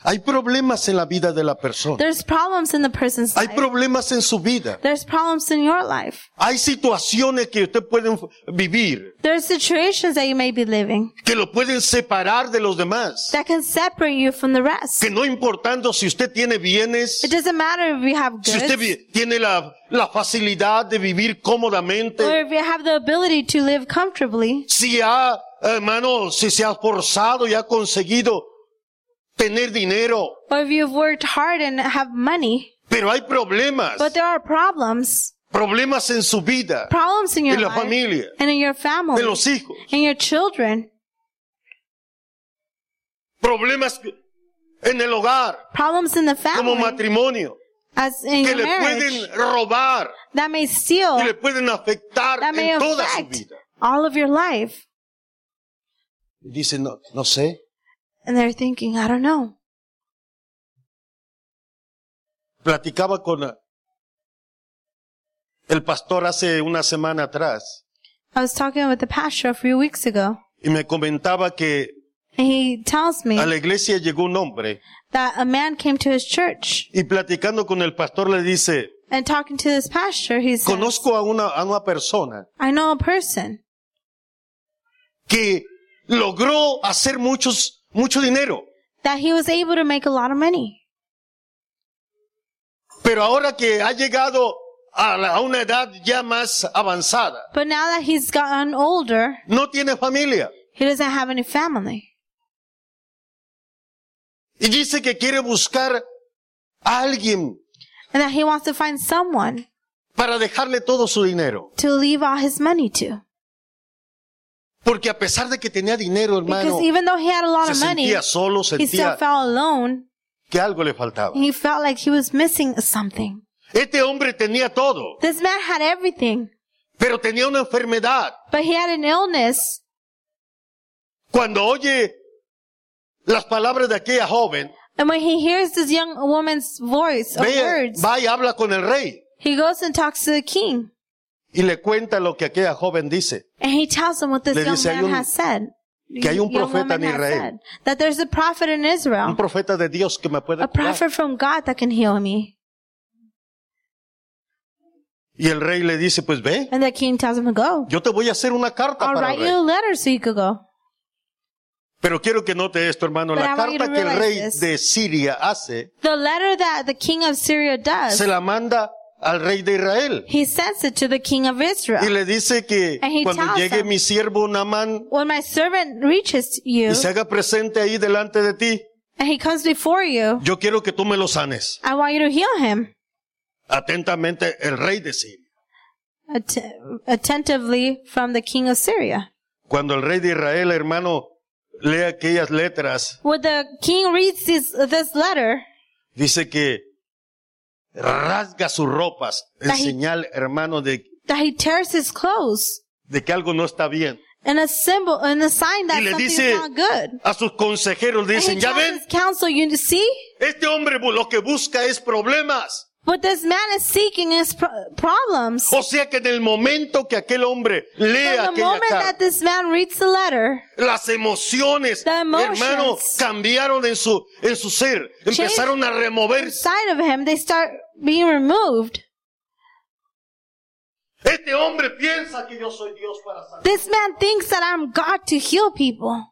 Speaker 1: Hay problemas en la vida de la persona.
Speaker 2: There's problems in the person's
Speaker 1: Hay
Speaker 2: life.
Speaker 1: problemas en su vida.
Speaker 2: There's problems in your life.
Speaker 1: Hay situaciones que usted pueden vivir,
Speaker 2: There's situations that you may be living
Speaker 1: que lo pueden separar de los demás.
Speaker 2: that can separate you from the rest.
Speaker 1: Que no importando si usted tiene bienes,
Speaker 2: It doesn't matter if you have
Speaker 1: si usted
Speaker 2: goods
Speaker 1: vi- tiene la, la facilidad de vivir
Speaker 2: or
Speaker 1: cómodamente,
Speaker 2: if you have the ability to live comfortably.
Speaker 1: si ha, hermano, si se ha esforzado y ha conseguido tener dinero,
Speaker 2: Or if you've worked hard and have money,
Speaker 1: pero hay problemas,
Speaker 2: but there are problems,
Speaker 1: problemas en su vida,
Speaker 2: problems in your
Speaker 1: en la
Speaker 2: life
Speaker 1: familia,
Speaker 2: and in your family
Speaker 1: en los hijos,
Speaker 2: and your children,
Speaker 1: problemas en el hogar,
Speaker 2: problems in the
Speaker 1: como
Speaker 2: family,
Speaker 1: matrimonio,
Speaker 2: as in
Speaker 1: que
Speaker 2: your
Speaker 1: le
Speaker 2: marriage,
Speaker 1: pueden robar,
Speaker 2: that may steal,
Speaker 1: y le pueden afectar
Speaker 2: that may
Speaker 1: en toda su
Speaker 2: affect
Speaker 1: vida.
Speaker 2: all of your life.
Speaker 1: Y Dice, no, no sé,
Speaker 2: And they're thinking, I don't know.
Speaker 1: platicaba con ah, el pastor hace una semana atrás
Speaker 2: I was talking with the pastor a few weeks ago,
Speaker 1: y me comentaba que
Speaker 2: and he tells me
Speaker 1: a la iglesia llegó un hombre
Speaker 2: that a man came to his church
Speaker 1: y platicando con el pastor le dice,
Speaker 2: and talking to this pastor, he said,
Speaker 1: conozco a una, a una persona
Speaker 2: I know a person
Speaker 1: que logró hacer muchos, mucho dinero,
Speaker 2: that he was able to make a lot of money.
Speaker 1: pero ahora que ha llegado a, la- a una edad ya más avanzada,
Speaker 2: But now that he's gotten older,
Speaker 1: no tiene familia
Speaker 2: he doesn't have any family.
Speaker 1: y dice que quiere buscar a alguien
Speaker 2: And that he wants to find someone
Speaker 1: para dejarle todo su dinero.
Speaker 2: to leave all his money to.
Speaker 1: Porque a pesar de que tenía dinero, hermano,
Speaker 2: Because even though he had a lot
Speaker 1: se
Speaker 2: of money,
Speaker 1: sentía solo,
Speaker 2: he still
Speaker 1: sentía
Speaker 2: felt alone.
Speaker 1: que algo le faltaba.
Speaker 2: He felt like he was missing something.
Speaker 1: Este hombre tenía todo,
Speaker 2: This man had everything,
Speaker 1: pero tenía una enfermedad.
Speaker 2: but he had an illness.
Speaker 1: Cuando oye las palabras de aquella joven,
Speaker 2: And when he hears this young woman's voice or
Speaker 1: ve,
Speaker 2: words,
Speaker 1: va y habla con el rey
Speaker 2: he goes and talks to the king.
Speaker 1: y le cuenta lo que aquella joven dice.
Speaker 2: And he tells him what this
Speaker 1: Le
Speaker 2: young
Speaker 1: dice, "Hay
Speaker 2: man
Speaker 1: un-
Speaker 2: has said.
Speaker 1: que hay un
Speaker 2: Young
Speaker 1: profeta en
Speaker 2: woman has
Speaker 1: Israel.
Speaker 2: said That there's a prophet
Speaker 1: Un
Speaker 2: in Israel.
Speaker 1: profeta de Dios que me puede
Speaker 2: A
Speaker 1: curar.
Speaker 2: prophet from God that can heal me.
Speaker 1: Y el rey le dice, pues ve,
Speaker 2: And the king tells him to go.
Speaker 1: yo te voy a hacer una carta
Speaker 2: I'll
Speaker 1: para el
Speaker 2: write you
Speaker 1: rey.
Speaker 2: a letter so you could go.
Speaker 1: Pero quiero que note esto, hermano.
Speaker 2: But
Speaker 1: La
Speaker 2: I want you to
Speaker 1: carta que el
Speaker 2: realize
Speaker 1: rey
Speaker 2: this.
Speaker 1: de Siria hace,
Speaker 2: The letter that the king of Syria does,
Speaker 1: se la manda al rey de Israel.
Speaker 2: he sends it to the king of
Speaker 1: Y
Speaker 2: Israel.
Speaker 1: le dice que
Speaker 2: And he
Speaker 1: cuando
Speaker 2: tells
Speaker 1: llegue
Speaker 2: them,
Speaker 1: mi siervo Namán
Speaker 2: When my servant reaches you
Speaker 1: y se haga presente ahí delante de ti,
Speaker 2: and he comes before you,
Speaker 1: yo quiero que tú me lo sanes.
Speaker 2: I want you to heal him.
Speaker 1: Atentamente el rey de Siria.
Speaker 2: Att- attentively from the king of Syria.
Speaker 1: Cuando el rey de Israel, hermano, lee aquellas letras,
Speaker 2: When the king reads this, this letter,
Speaker 1: dice que rasga sus ropas en
Speaker 2: Ahí.
Speaker 1: señal, hermano, de,
Speaker 2: that he tears his clothes
Speaker 1: de que algo no está bien.
Speaker 2: and a symbol and a sign
Speaker 1: Y
Speaker 2: that
Speaker 1: le
Speaker 2: something's
Speaker 1: dice-
Speaker 2: not good.
Speaker 1: A sus consejeros le
Speaker 2: And
Speaker 1: dicen,
Speaker 2: he
Speaker 1: ya
Speaker 2: tells
Speaker 1: ven,
Speaker 2: his counsel, you see,
Speaker 1: este hombre bu- lo que busca es problemas.
Speaker 2: what this man is seeking is pro- problems.
Speaker 1: O sea que en el momento que aquel hombre lee
Speaker 2: From
Speaker 1: aquella
Speaker 2: the moment
Speaker 1: carta,
Speaker 2: that this man reads the letter,
Speaker 1: Las emociones,
Speaker 2: The emotions.
Speaker 1: hermano, cambiaron en su, en su ser. Empezaron a removerse.
Speaker 2: inside of him, they start being removed.
Speaker 1: Este hombre piensa que yo soy Dios para sanar.
Speaker 2: This man thinks that I'm God to heal people.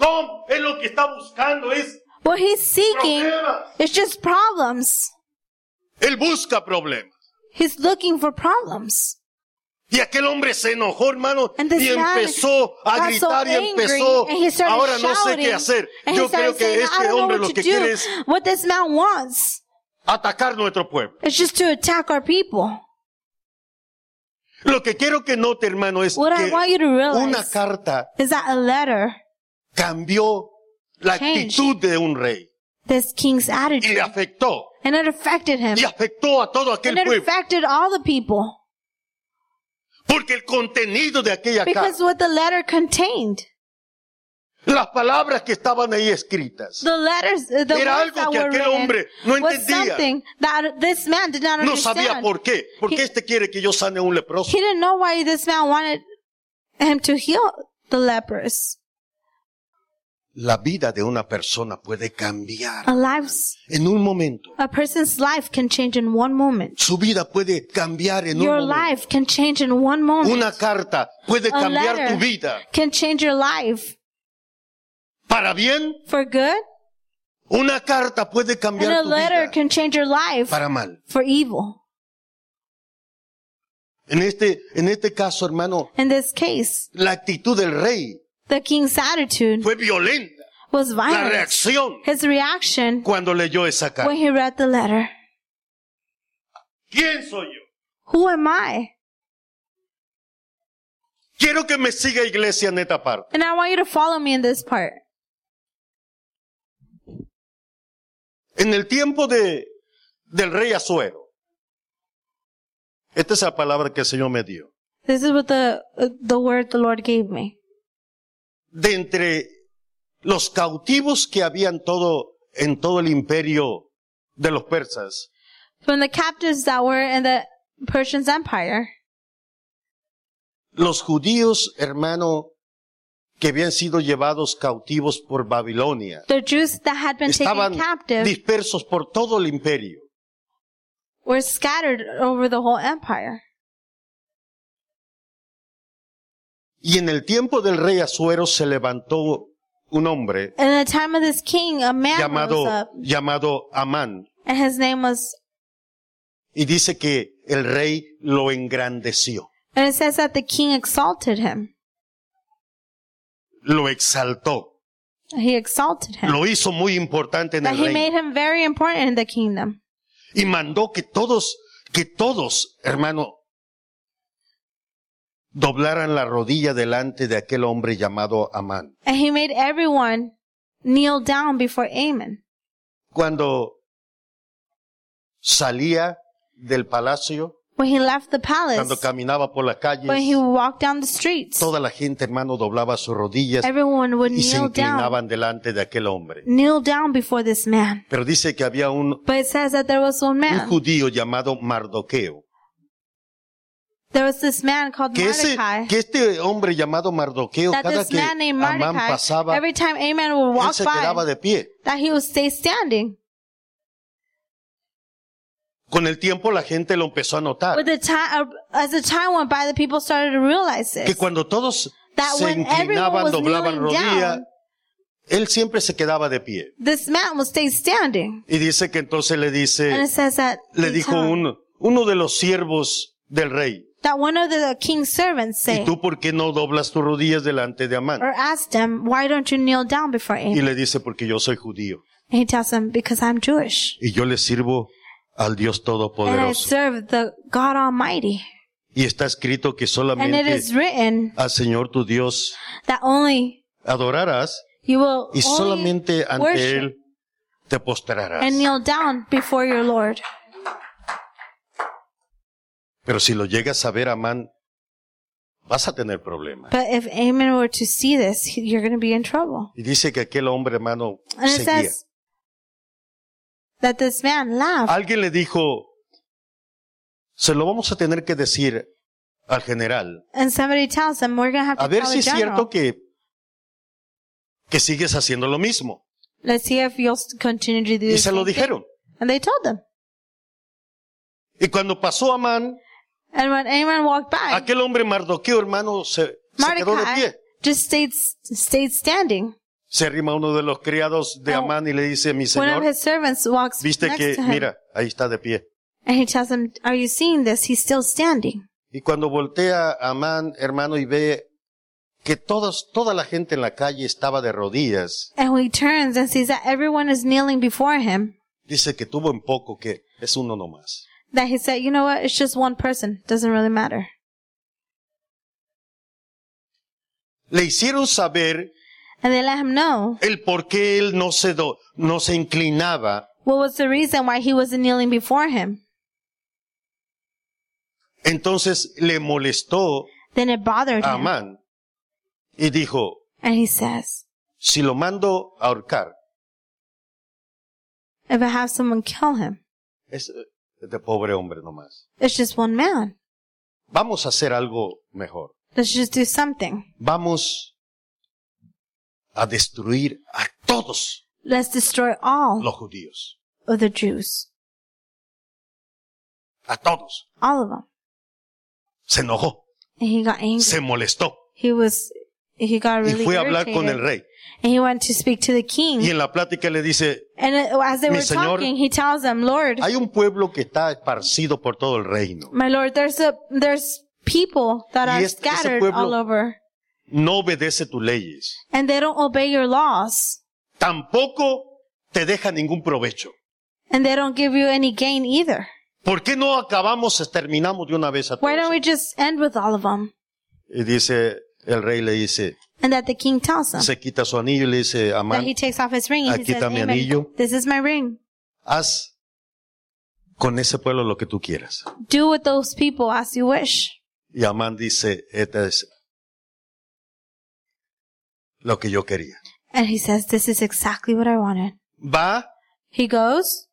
Speaker 1: No, él lo que está buscando es
Speaker 2: What he's seeking
Speaker 1: problemas.
Speaker 2: is just problems.
Speaker 1: Él busca problemas.
Speaker 2: He's looking for problems.
Speaker 1: Y aquel hombre se enojó, hermano,
Speaker 2: And this
Speaker 1: y
Speaker 2: man
Speaker 1: empezó a
Speaker 2: got so
Speaker 1: gritar y
Speaker 2: angry,
Speaker 1: empezó.
Speaker 2: and he started
Speaker 1: Ahora no sé
Speaker 2: shouting,
Speaker 1: qué hacer.
Speaker 2: and he
Speaker 1: Yo
Speaker 2: started
Speaker 1: creo que
Speaker 2: saying, "I
Speaker 1: este
Speaker 2: don't know
Speaker 1: hombre
Speaker 2: what
Speaker 1: lo
Speaker 2: to
Speaker 1: que
Speaker 2: do."
Speaker 1: quiere es
Speaker 2: What this man wants
Speaker 1: atacar nuestro pueblo.
Speaker 2: is just to attack our people.
Speaker 1: Lo que quiero que note, hermano, es
Speaker 2: What I
Speaker 1: que
Speaker 2: want you to
Speaker 1: una
Speaker 2: realize
Speaker 1: carta
Speaker 2: is that a letter,
Speaker 1: cambió la
Speaker 2: Changed.
Speaker 1: actitud de un rey
Speaker 2: this king's
Speaker 1: y le
Speaker 2: attitude,
Speaker 1: afectó.
Speaker 2: and it affected him.
Speaker 1: y afectó a todo aquel
Speaker 2: And it
Speaker 1: pueblo
Speaker 2: affected all the people
Speaker 1: porque el contenido de aquella
Speaker 2: because
Speaker 1: carta
Speaker 2: what the letter contained,
Speaker 1: las palabras que estaban ahí escritas
Speaker 2: the letters, the
Speaker 1: Era
Speaker 2: words
Speaker 1: algo
Speaker 2: that
Speaker 1: que
Speaker 2: were
Speaker 1: aquel
Speaker 2: written,
Speaker 1: hombre no
Speaker 2: was
Speaker 1: entendía.
Speaker 2: something that this man did not
Speaker 1: no sabía
Speaker 2: understand.
Speaker 1: por qué porque
Speaker 2: He-
Speaker 1: este quiere que yo sane a un leproso
Speaker 2: He didn't know why this man wanted him to heal the lepers.
Speaker 1: la vida de una persona puede cambiar
Speaker 2: A life's,
Speaker 1: en un momento
Speaker 2: a person's life can change in one moment.
Speaker 1: su vida puede cambiar en un
Speaker 2: Your
Speaker 1: momento
Speaker 2: life can change in one moment.
Speaker 1: una carta puede
Speaker 2: A
Speaker 1: cambiar
Speaker 2: letter
Speaker 1: tu vida
Speaker 2: Can change your life
Speaker 1: para bien
Speaker 2: for good,
Speaker 1: una carta puede
Speaker 2: and a
Speaker 1: cambiar tu
Speaker 2: letter
Speaker 1: vida
Speaker 2: can change your life
Speaker 1: para mal
Speaker 2: for evil.
Speaker 1: en este en este caso hermano
Speaker 2: In this case,
Speaker 1: la actitud del rey
Speaker 2: the king's attitude
Speaker 1: fue violenta
Speaker 2: was
Speaker 1: la
Speaker 2: violent.
Speaker 1: reacción
Speaker 2: His reaction
Speaker 1: cuando leyó esa carta
Speaker 2: when he read the letter.
Speaker 1: ¿Quién soy yo?
Speaker 2: Who am I?
Speaker 1: Quiero que me siga iglesia en esta parte.
Speaker 2: And I want you to follow me in this part.
Speaker 1: En el tiempo de, del rey Azuero. Esta es la palabra que el Señor me dio.
Speaker 2: This is what the uh, the word the Lord gave me.
Speaker 1: De entre los cautivos que habían todo, en todo el imperio de los persas,
Speaker 2: From the captives that were in the Persian's empire,
Speaker 1: los judíos, hermano, que habían sido llevados cautivos por Babilonia,
Speaker 2: the Jews that had been
Speaker 1: estaban
Speaker 2: taken captive
Speaker 1: dispersos por todo el imperio.
Speaker 2: were scattered over the whole empire.
Speaker 1: Y en el tiempo del rey Azuero se levantó un hombre
Speaker 2: In the time of this king, a man rose
Speaker 1: llamado,
Speaker 2: up,
Speaker 1: llamado Amán.
Speaker 2: and his name was.
Speaker 1: Y dice que el rey lo engrandeció,
Speaker 2: And it says that the king exalted him.
Speaker 1: lo exaltó,
Speaker 2: He exalted him.
Speaker 1: lo hizo muy importante en
Speaker 2: That
Speaker 1: el
Speaker 2: he made
Speaker 1: reino.
Speaker 2: him very important in the kingdom.
Speaker 1: Y mandó que todos, que todos, hermano, doblaran la rodilla delante de aquel hombre llamado Amán.
Speaker 2: And he made everyone kneel down before Amen.
Speaker 1: Cuando salía del palacio,
Speaker 2: When he left the
Speaker 1: cuando
Speaker 2: palace,
Speaker 1: caminaba por las
Speaker 2: when he
Speaker 1: calles,
Speaker 2: walked down the streets,
Speaker 1: toda la gente, hermano, doblaba sus rodillas
Speaker 2: everyone would
Speaker 1: y se
Speaker 2: kneel down,
Speaker 1: inclinaban delante de aquel hombre.
Speaker 2: kneel down before this man.
Speaker 1: Pero dice que había un,
Speaker 2: But it says that there was one
Speaker 1: un
Speaker 2: man.
Speaker 1: judío llamado Mardoqueo.
Speaker 2: There was this man called
Speaker 1: Que, ese,
Speaker 2: Mordecai.
Speaker 1: que este hombre llamado Mardoqueo,
Speaker 2: That
Speaker 1: cada
Speaker 2: this
Speaker 1: que
Speaker 2: man named
Speaker 1: Amán
Speaker 2: Mordecai,
Speaker 1: pasaba, él
Speaker 2: every time Amen would walk
Speaker 1: se quedaba
Speaker 2: by,
Speaker 1: de pie.
Speaker 2: that he would stay standing.
Speaker 1: Con el tiempo la gente lo empezó a notar.
Speaker 2: With the time, as the time went by, the people started to realize
Speaker 1: Que
Speaker 2: this.
Speaker 1: cuando todos
Speaker 2: That
Speaker 1: se
Speaker 2: when everyone
Speaker 1: inclinaban,
Speaker 2: was
Speaker 1: doblaban
Speaker 2: kneeling
Speaker 1: rodilla,
Speaker 2: down,
Speaker 1: él siempre se quedaba de pie.
Speaker 2: this man would stay standing.
Speaker 1: Y dice que entonces le
Speaker 2: And it
Speaker 1: dice,
Speaker 2: says that
Speaker 1: Eh, le
Speaker 2: he
Speaker 1: dijo
Speaker 2: told-
Speaker 1: un- uno de los siervos del rey,
Speaker 2: that one of the king's servants
Speaker 1: ¿y
Speaker 2: said,
Speaker 1: tú por qué no doblas tus rodillas delante de Amán?
Speaker 2: or asked him, why don't you kneel down before
Speaker 1: Y
Speaker 2: Amen?
Speaker 1: le dice, porque yo soy judío
Speaker 2: And he tells him, because I'm Jewish.
Speaker 1: y yo le sirvo al Dios
Speaker 2: And I
Speaker 1: Todopoderoso.
Speaker 2: serve the God Almighty.
Speaker 1: Y está escrito que
Speaker 2: And it
Speaker 1: solamente
Speaker 2: is written
Speaker 1: al Señor tu Dios
Speaker 2: that only
Speaker 1: adorarás
Speaker 2: you will
Speaker 1: y
Speaker 2: only
Speaker 1: solamente ante
Speaker 2: worship
Speaker 1: Él te postrarás.
Speaker 2: and kneel down before your Lord.
Speaker 1: Pero si lo llegas a ver, Amán, vas a tener problemas.
Speaker 2: But if Amon were to see this, he- you're going to be in trouble.
Speaker 1: Y dice que aquel hombre, hermano,
Speaker 2: And it
Speaker 1: seguía.
Speaker 2: says that this man laughed.
Speaker 1: Alguien le dijo, se lo vamos a tener que decir al general.
Speaker 2: And somebody tells him, we're going to have to
Speaker 1: A ver
Speaker 2: tell
Speaker 1: si
Speaker 2: the
Speaker 1: es cierto
Speaker 2: general.
Speaker 1: que, que sigues haciendo lo mismo.
Speaker 2: Let's see if you'll s- continue to do
Speaker 1: Y
Speaker 2: this.
Speaker 1: se lo dijeron.
Speaker 2: And they told them.
Speaker 1: Y cuando pasó Amán,
Speaker 2: And when Amon walked by,
Speaker 1: aquel hombre Mardoqueo, hermano, se, se quedó de
Speaker 2: Mordecai
Speaker 1: pie.
Speaker 2: just stayed, s- stayed standing.
Speaker 1: Se arrima uno de los criados de
Speaker 2: Oh.
Speaker 1: Amán y le dice, mi
Speaker 2: One of
Speaker 1: señor,
Speaker 2: his servants walks
Speaker 1: viste
Speaker 2: next
Speaker 1: que,
Speaker 2: to him.
Speaker 1: mira, ahí está de pie.
Speaker 2: And he tells him, are you seeing this? He's still standing.
Speaker 1: Y cuando voltea a Amán, hermano, y ve que todos, toda la gente en la calle estaba de rodillas,
Speaker 2: And he turns and sees that everyone is kneeling before him.
Speaker 1: dice que tuvo en poco, que es uno nomás.
Speaker 2: That he said, you know what? It's just one person. Doesn't really matter.
Speaker 1: Le hicieron saber
Speaker 2: And they let him know
Speaker 1: el por qué él no se, do- no se inclinaba.
Speaker 2: what was the reason why he wasn't kneeling before him.
Speaker 1: Entonces le molestó
Speaker 2: Then it bothered
Speaker 1: a
Speaker 2: him.
Speaker 1: Amán y dijo,
Speaker 2: And he says,
Speaker 1: si lo mando a ahorcar,
Speaker 2: if I have someone kill him,
Speaker 1: es eh, de pobre hombre nomás.
Speaker 2: it's just one man.
Speaker 1: Vamos a hacer algo mejor.
Speaker 2: Let's just do something.
Speaker 1: Vamos a destruir a todos
Speaker 2: Let's destroy all
Speaker 1: los judíos.
Speaker 2: of the Jews.
Speaker 1: A todos.
Speaker 2: All of them.
Speaker 1: Se enojó,
Speaker 2: And he got angry.
Speaker 1: se molestó
Speaker 2: He was, he got
Speaker 1: y
Speaker 2: really
Speaker 1: fue a hablar con el
Speaker 2: irritated.
Speaker 1: rey.
Speaker 2: And he went to speak to the king.
Speaker 1: Y en la plática le dice,
Speaker 2: And uh, as they
Speaker 1: Mi
Speaker 2: were
Speaker 1: señor-
Speaker 2: talking, he tells them, Lord,
Speaker 1: hay un pueblo que está esparcido por todo el reino.
Speaker 2: my Lord, there's a, there's people that
Speaker 1: Y
Speaker 2: are
Speaker 1: este- ese
Speaker 2: scattered
Speaker 1: pueblo-
Speaker 2: all over
Speaker 1: No obedece tus leyes.
Speaker 2: and they don't obey your laws
Speaker 1: tampoco te deja ningún provecho.
Speaker 2: and they don't give you any gain either.
Speaker 1: ¿Por qué no acabamos, terminamos de una vez a
Speaker 2: Why don't
Speaker 1: todos?
Speaker 2: we just end with all of them?
Speaker 1: Y dice, el rey le dice,
Speaker 2: And that the king tells them
Speaker 1: se quita su anillo y le dice,
Speaker 2: that
Speaker 1: Amán,
Speaker 2: he takes off his ring and he
Speaker 1: Aquí
Speaker 2: says,
Speaker 1: está mi
Speaker 2: "Amen.
Speaker 1: anillo."
Speaker 2: this is my ring.
Speaker 1: haz con ese pueblo lo que tú quieras.
Speaker 2: Do with those people as you wish.
Speaker 1: Y Amán dice, esta es lo que yo quería.
Speaker 2: And he says, this is exactly what I wanted.
Speaker 1: Va,
Speaker 2: He goes,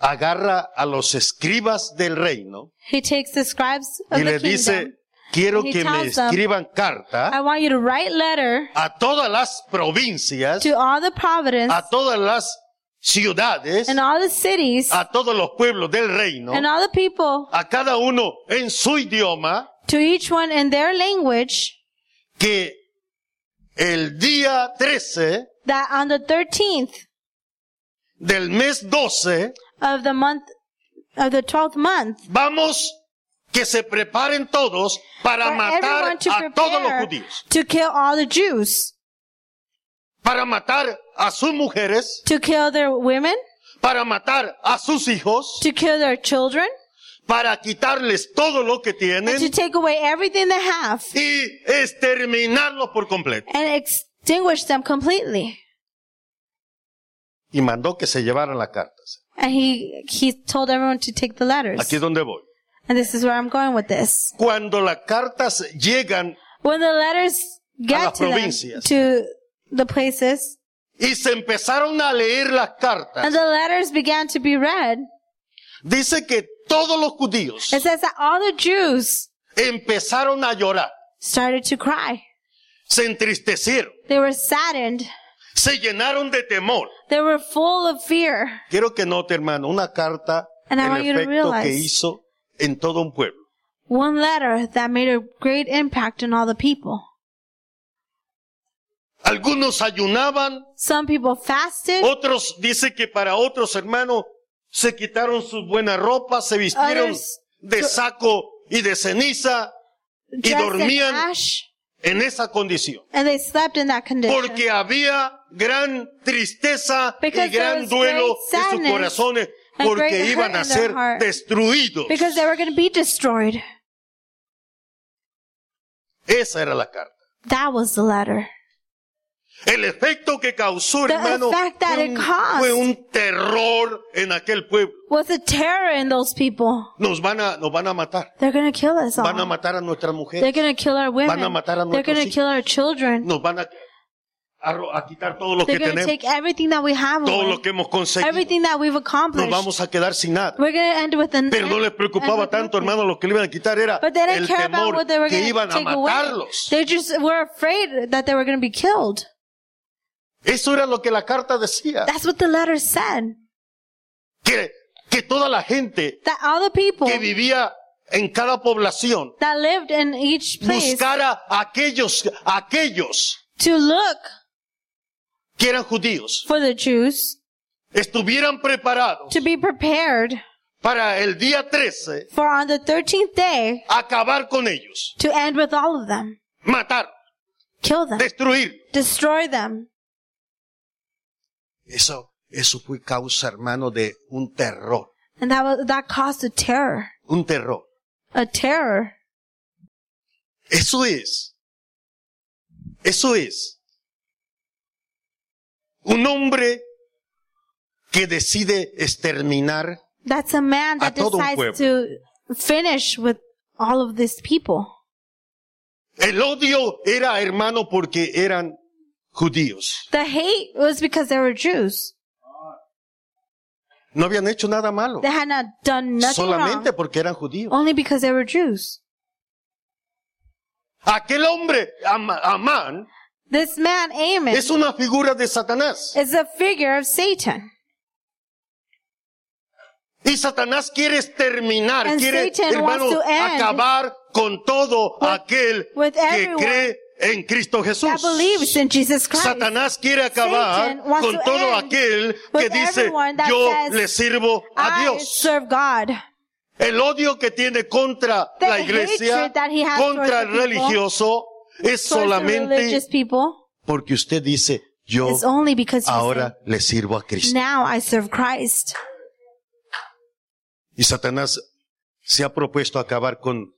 Speaker 1: agarra a los escribas del reino
Speaker 2: he takes the scribes of
Speaker 1: y
Speaker 2: the
Speaker 1: le
Speaker 2: kingdom.
Speaker 1: dice, quiero
Speaker 2: He
Speaker 1: que me
Speaker 2: tells them,
Speaker 1: escriban
Speaker 2: I
Speaker 1: carta
Speaker 2: want you to write letter
Speaker 1: a todas las provincias
Speaker 2: to all the providence
Speaker 1: a todas las ciudades,
Speaker 2: and all the cities
Speaker 1: a todos los pueblos del reino,
Speaker 2: and all the people
Speaker 1: a cada uno en su idioma,
Speaker 2: to each one in their language
Speaker 1: que el día 13
Speaker 2: that on the 13th
Speaker 1: del mes 12
Speaker 2: of the month of the 12th month
Speaker 1: vamos que se preparen todos para
Speaker 2: for
Speaker 1: matar
Speaker 2: everyone to
Speaker 1: a todos los
Speaker 2: prepare
Speaker 1: judíos,
Speaker 2: to kill all the Jews
Speaker 1: para matar a sus mujeres,
Speaker 2: to kill their women
Speaker 1: para matar a sus hijos,
Speaker 2: to kill their children
Speaker 1: para quitarles todo lo que
Speaker 2: and to
Speaker 1: tienen
Speaker 2: take away everything they have
Speaker 1: y exterminarlos por completo.
Speaker 2: and extinguish them completely
Speaker 1: Y mandó que se llevaran las cartas.
Speaker 2: and he he told everyone to take the letters
Speaker 1: Aquí es donde voy.
Speaker 2: and this is where I'm going with this
Speaker 1: cuando las cartas llegan
Speaker 2: when the letters
Speaker 1: las
Speaker 2: get to them,
Speaker 1: provincias.
Speaker 2: to the places
Speaker 1: y se empezaron a leer las
Speaker 2: And
Speaker 1: cartas,
Speaker 2: the letters began to be read.
Speaker 1: dice que todos los judíos
Speaker 2: It says that all the Jews
Speaker 1: empezaron a llorar,
Speaker 2: started to cry.
Speaker 1: se entristecieron,
Speaker 2: They were saddened.
Speaker 1: se llenaron de temor.
Speaker 2: They were full of fear.
Speaker 1: Quiero que note, hermano, una carta,
Speaker 2: And I
Speaker 1: el
Speaker 2: want you to
Speaker 1: efecto que
Speaker 2: realize-
Speaker 1: hizo en todo un pueblo.
Speaker 2: One letter that made a great impact on all the people.
Speaker 1: Algunos ayunaban,
Speaker 2: Some people fasted.
Speaker 1: otros dice que para otros hermanos se quitaron sus buenas ropas, se vistieron
Speaker 2: Others-
Speaker 1: de saco y de ceniza
Speaker 2: dressed in
Speaker 1: dormían.
Speaker 2: ash,
Speaker 1: en esa condición.
Speaker 2: and they slept in that condition.
Speaker 1: Porque había gran tristeza
Speaker 2: Because
Speaker 1: y
Speaker 2: there
Speaker 1: gran
Speaker 2: was
Speaker 1: duelo
Speaker 2: great
Speaker 1: en sus
Speaker 2: sadness
Speaker 1: corazones
Speaker 2: and great
Speaker 1: porque
Speaker 2: hurt
Speaker 1: iban a
Speaker 2: in their
Speaker 1: ser
Speaker 2: heart.
Speaker 1: destruidos.
Speaker 2: because they were going to be destroyed.
Speaker 1: Esa era la carta.
Speaker 2: That was the letter.
Speaker 1: El efecto que causó,
Speaker 2: The
Speaker 1: hermano,
Speaker 2: effect that
Speaker 1: fue
Speaker 2: it
Speaker 1: un,
Speaker 2: caused.
Speaker 1: fue un terror en aquel pueblo.
Speaker 2: was a terror in those people.
Speaker 1: Nos van a, nos van a matar.
Speaker 2: They're gonna kill us
Speaker 1: Van a
Speaker 2: all.
Speaker 1: matar a nuestras
Speaker 2: They're
Speaker 1: mujeres.
Speaker 2: gonna kill our women.
Speaker 1: Van a matar a
Speaker 2: They're
Speaker 1: nuestros
Speaker 2: gonna
Speaker 1: hijos.
Speaker 2: kill our children.
Speaker 1: Nos van a, a ro- a quitar todo lo
Speaker 2: They're
Speaker 1: que
Speaker 2: gonna
Speaker 1: tenemos,
Speaker 2: take everything that we have,
Speaker 1: todo
Speaker 2: away.
Speaker 1: lo que hemos conseguido.
Speaker 2: everything that we've
Speaker 1: Nos
Speaker 2: accomplished.
Speaker 1: vamos a quedar sin nada.
Speaker 2: We're gonna end with an.
Speaker 1: Pero no les preocupaba
Speaker 2: end with
Speaker 1: tanto,
Speaker 2: nothing.
Speaker 1: hermano, lo que le iban a quitar era
Speaker 2: But they didn't
Speaker 1: el
Speaker 2: care about
Speaker 1: temor
Speaker 2: what they were
Speaker 1: que
Speaker 2: gonna
Speaker 1: iban a
Speaker 2: take away.
Speaker 1: matarlos.
Speaker 2: They just were afraid that they were gonna be killed.
Speaker 1: Eso era lo que la carta decía.
Speaker 2: That's what the letter said.
Speaker 1: Que, que toda la gente
Speaker 2: That all the people
Speaker 1: que vivía en cada población
Speaker 2: that lived in each place
Speaker 1: buscara a aquellos, a aquellos
Speaker 2: to look
Speaker 1: que eran judíos,
Speaker 2: for the Jews
Speaker 1: estuvieran preparados
Speaker 2: to be prepared
Speaker 1: para el día 13
Speaker 2: for on the 13th day
Speaker 1: acabar con ellos,
Speaker 2: to end with all of them.
Speaker 1: matar,
Speaker 2: Kill them.
Speaker 1: destruir.
Speaker 2: Destroy them.
Speaker 1: Eso, eso fue causa, hermano, de un terror,
Speaker 2: And that was, that caused a terror.
Speaker 1: un terror.
Speaker 2: A terror.
Speaker 1: Eso es. Eso es. Un hombre que decide exterminar
Speaker 2: That's a man that
Speaker 1: A todo un
Speaker 2: decides to finish with all of these people.
Speaker 1: El odio era, hermano, porque eran judíos.
Speaker 2: The hate was because they were Jews.
Speaker 1: No habían hecho nada malo.
Speaker 2: They had not done nothing
Speaker 1: Solamente
Speaker 2: wrong.
Speaker 1: porque eran judíos.
Speaker 2: Only because they were Jews.
Speaker 1: Aquel hombre, Am- Amán,
Speaker 2: This man, Amon,
Speaker 1: es una figura de Satanás.
Speaker 2: is a figure of Satan.
Speaker 1: Y Satanás quiere exterminar,
Speaker 2: And
Speaker 1: quiere,
Speaker 2: Satan
Speaker 1: hermano,
Speaker 2: wants to end
Speaker 1: acabar con todo
Speaker 2: with-
Speaker 1: aquel
Speaker 2: with
Speaker 1: que
Speaker 2: everyone
Speaker 1: cree en Cristo Jesús.
Speaker 2: That believes in Jesus Christ.
Speaker 1: Satanás quiere acabar
Speaker 2: Satan wants
Speaker 1: con
Speaker 2: to
Speaker 1: todo
Speaker 2: end
Speaker 1: aquel que
Speaker 2: with
Speaker 1: dice
Speaker 2: everyone that
Speaker 1: yo
Speaker 2: says,
Speaker 1: le sirvo a
Speaker 2: I
Speaker 1: Dios.
Speaker 2: serve God.
Speaker 1: El odio que tiene contra
Speaker 2: The
Speaker 1: la iglesia,
Speaker 2: hatred that he has
Speaker 1: contra
Speaker 2: towards
Speaker 1: el
Speaker 2: the people,
Speaker 1: religioso, es
Speaker 2: Towards the
Speaker 1: solamente
Speaker 2: religious people
Speaker 1: porque usted dice yo
Speaker 2: is only because you
Speaker 1: ahora le sirvo a Cristo.
Speaker 2: say, now I serve Christ.
Speaker 1: Y Satanás se ha propuesto acabar con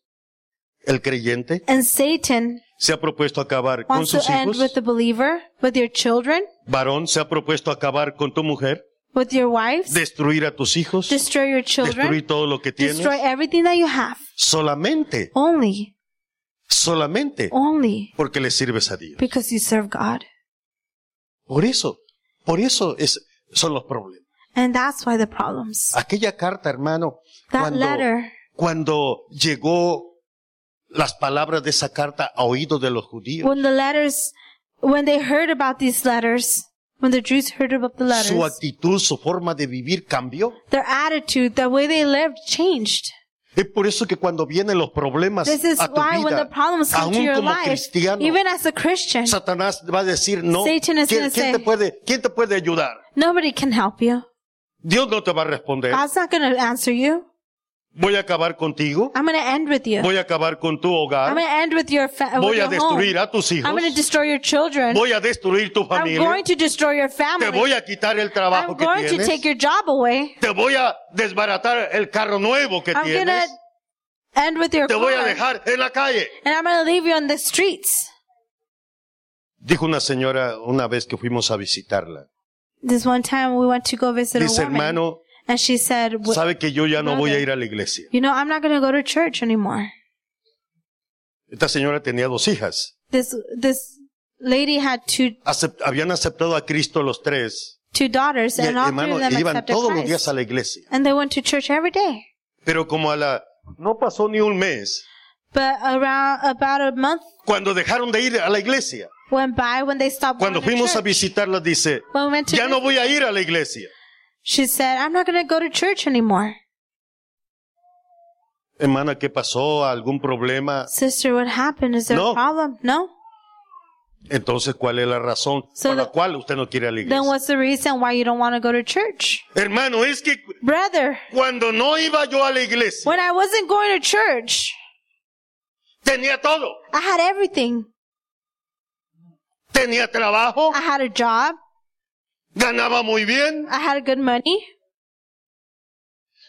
Speaker 1: el creyente,
Speaker 2: And Satan
Speaker 1: se ha propuesto acabar con
Speaker 2: wants to
Speaker 1: sus
Speaker 2: end
Speaker 1: hijos,
Speaker 2: with the believer, with your children,
Speaker 1: varón, se ha propuesto acabar con tu mujer,
Speaker 2: with your wives,
Speaker 1: destruir a tus hijos,
Speaker 2: destroy your children,
Speaker 1: destruir todo lo que tienes.
Speaker 2: destroy everything that you have.
Speaker 1: Solamente
Speaker 2: Only,
Speaker 1: solamente
Speaker 2: Oh. only
Speaker 1: porque le sirves a Dios.
Speaker 2: because you serve God.
Speaker 1: Por eso, por eso es, son los problemas.
Speaker 2: And that's why the problems.
Speaker 1: Aquella carta, hermano,
Speaker 2: That
Speaker 1: cuando,
Speaker 2: letter,
Speaker 1: cuando llegó las palabras de esa carta a oídos de los judíos,
Speaker 2: when the letters, when they heard about these letters, when the Jews heard about the
Speaker 1: su
Speaker 2: letters,
Speaker 1: actitud, su forma de vivir cambió.
Speaker 2: their attitude, the way they lived changed.
Speaker 1: Es por eso que cuando vienen los problemas
Speaker 2: This is
Speaker 1: a tu
Speaker 2: why when the
Speaker 1: vida,
Speaker 2: problems come to
Speaker 1: aún
Speaker 2: your
Speaker 1: como
Speaker 2: life,
Speaker 1: cristiano,
Speaker 2: even as a Christian,
Speaker 1: Satanás va a decir no.
Speaker 2: Satan is
Speaker 1: ¿Quién, quién
Speaker 2: gonna say-
Speaker 1: te puede, ¿Quién te puede ayudar?
Speaker 2: nobody can help you.
Speaker 1: Dios no te va a responder.
Speaker 2: God's not going to answer you.
Speaker 1: Voy a acabar contigo.
Speaker 2: I'm going to end with you.
Speaker 1: Voy a acabar con tu
Speaker 2: Ah. I'm
Speaker 1: hogar.
Speaker 2: going to end with your fa- with
Speaker 1: Voy a
Speaker 2: your
Speaker 1: destruir
Speaker 2: home.
Speaker 1: a tus hijos.
Speaker 2: I'm going to destroy your children.
Speaker 1: Voy a destruir tu
Speaker 2: I'm
Speaker 1: familia.
Speaker 2: going to destroy your
Speaker 1: Te
Speaker 2: family.
Speaker 1: voy a quitar el trabajo
Speaker 2: I'm
Speaker 1: que
Speaker 2: going to take
Speaker 1: tienes.
Speaker 2: your job away.
Speaker 1: Te voy a desbaratar el carro nuevo que
Speaker 2: I'm going to
Speaker 1: tienes.
Speaker 2: end with your
Speaker 1: Te voy a
Speaker 2: car.
Speaker 1: dejar en la calle.
Speaker 2: And I'm going to leave you on the streets.
Speaker 1: Dijo una señora una vez que fuimos a visitarla.
Speaker 2: This one time we went to go visit
Speaker 1: Dice,
Speaker 2: a woman.
Speaker 1: hermano,
Speaker 2: and she said, "W-
Speaker 1: sabe que yo ya no voy a
Speaker 2: brother.
Speaker 1: ir a la iglesia.
Speaker 2: you know, I'm not going to go to church anymore.
Speaker 1: Esta señora tenía dos hijas.
Speaker 2: This, this lady had two,
Speaker 1: Acep- habían aceptado a Cristo los tres.
Speaker 2: two daughters
Speaker 1: Y,
Speaker 2: and all
Speaker 1: hermano,
Speaker 2: three of
Speaker 1: y
Speaker 2: them
Speaker 1: iban
Speaker 2: accepted
Speaker 1: todos los
Speaker 2: Christ.
Speaker 1: días a la iglesia.
Speaker 2: And they went to church every day.
Speaker 1: Pero como a la, no pasó ni un mes,
Speaker 2: But around, about a month
Speaker 1: cuando dejaron de ir a la iglesia,
Speaker 2: went by when they stopped
Speaker 1: cuando
Speaker 2: going to
Speaker 1: fuimos a
Speaker 2: church.
Speaker 1: visitarla, dice,
Speaker 2: When we went to
Speaker 1: ya no voy a ir a la iglesia.
Speaker 2: She said, I'm not going to go to church anymore.
Speaker 1: Hermana, ¿qué pasó? ¿Algún problema?
Speaker 2: Sister, what happened? Is there
Speaker 1: No.
Speaker 2: a problem? No?
Speaker 1: Entonces, ¿cuál es la razón
Speaker 2: So
Speaker 1: por la
Speaker 2: the-
Speaker 1: cual usted no quiere ir a la
Speaker 2: Then
Speaker 1: iglesia?
Speaker 2: what's the reason why you don't want to go to church?
Speaker 1: Hermano, es que
Speaker 2: Brother,
Speaker 1: cuando no iba yo a la iglesia,
Speaker 2: when I wasn't going to church,
Speaker 1: tenía todo.
Speaker 2: I had everything.
Speaker 1: Tenía trabajo,
Speaker 2: I had a job.
Speaker 1: ganaba muy bien,
Speaker 2: I had good money.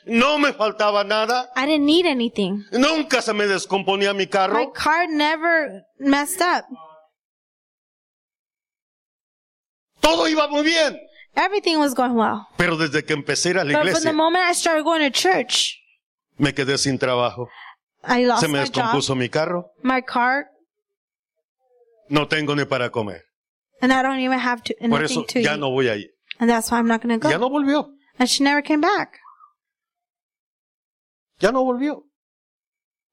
Speaker 1: no me faltaba nada,
Speaker 2: I didn't need anything.
Speaker 1: nunca se me descomponía mi
Speaker 2: My
Speaker 1: carro.
Speaker 2: car never messed up.
Speaker 1: Todo iba muy bien.
Speaker 2: Everything was going well.
Speaker 1: Pero desde que empecé a ir a la
Speaker 2: But from the
Speaker 1: iglesia,
Speaker 2: moment I started going to church,
Speaker 1: me quedé sin trabajo.
Speaker 2: I lost
Speaker 1: Se me
Speaker 2: my job,
Speaker 1: descompuso mi carro.
Speaker 2: my car,
Speaker 1: No tengo ni para comer.
Speaker 2: and I don't even have to,
Speaker 1: Por
Speaker 2: nothing
Speaker 1: eso
Speaker 2: to
Speaker 1: ya
Speaker 2: eat.
Speaker 1: no voy ahí.
Speaker 2: And that's why I'm not going to
Speaker 1: Ya
Speaker 2: go.
Speaker 1: no volvió.
Speaker 2: And she never came back.
Speaker 1: Ya no volvió.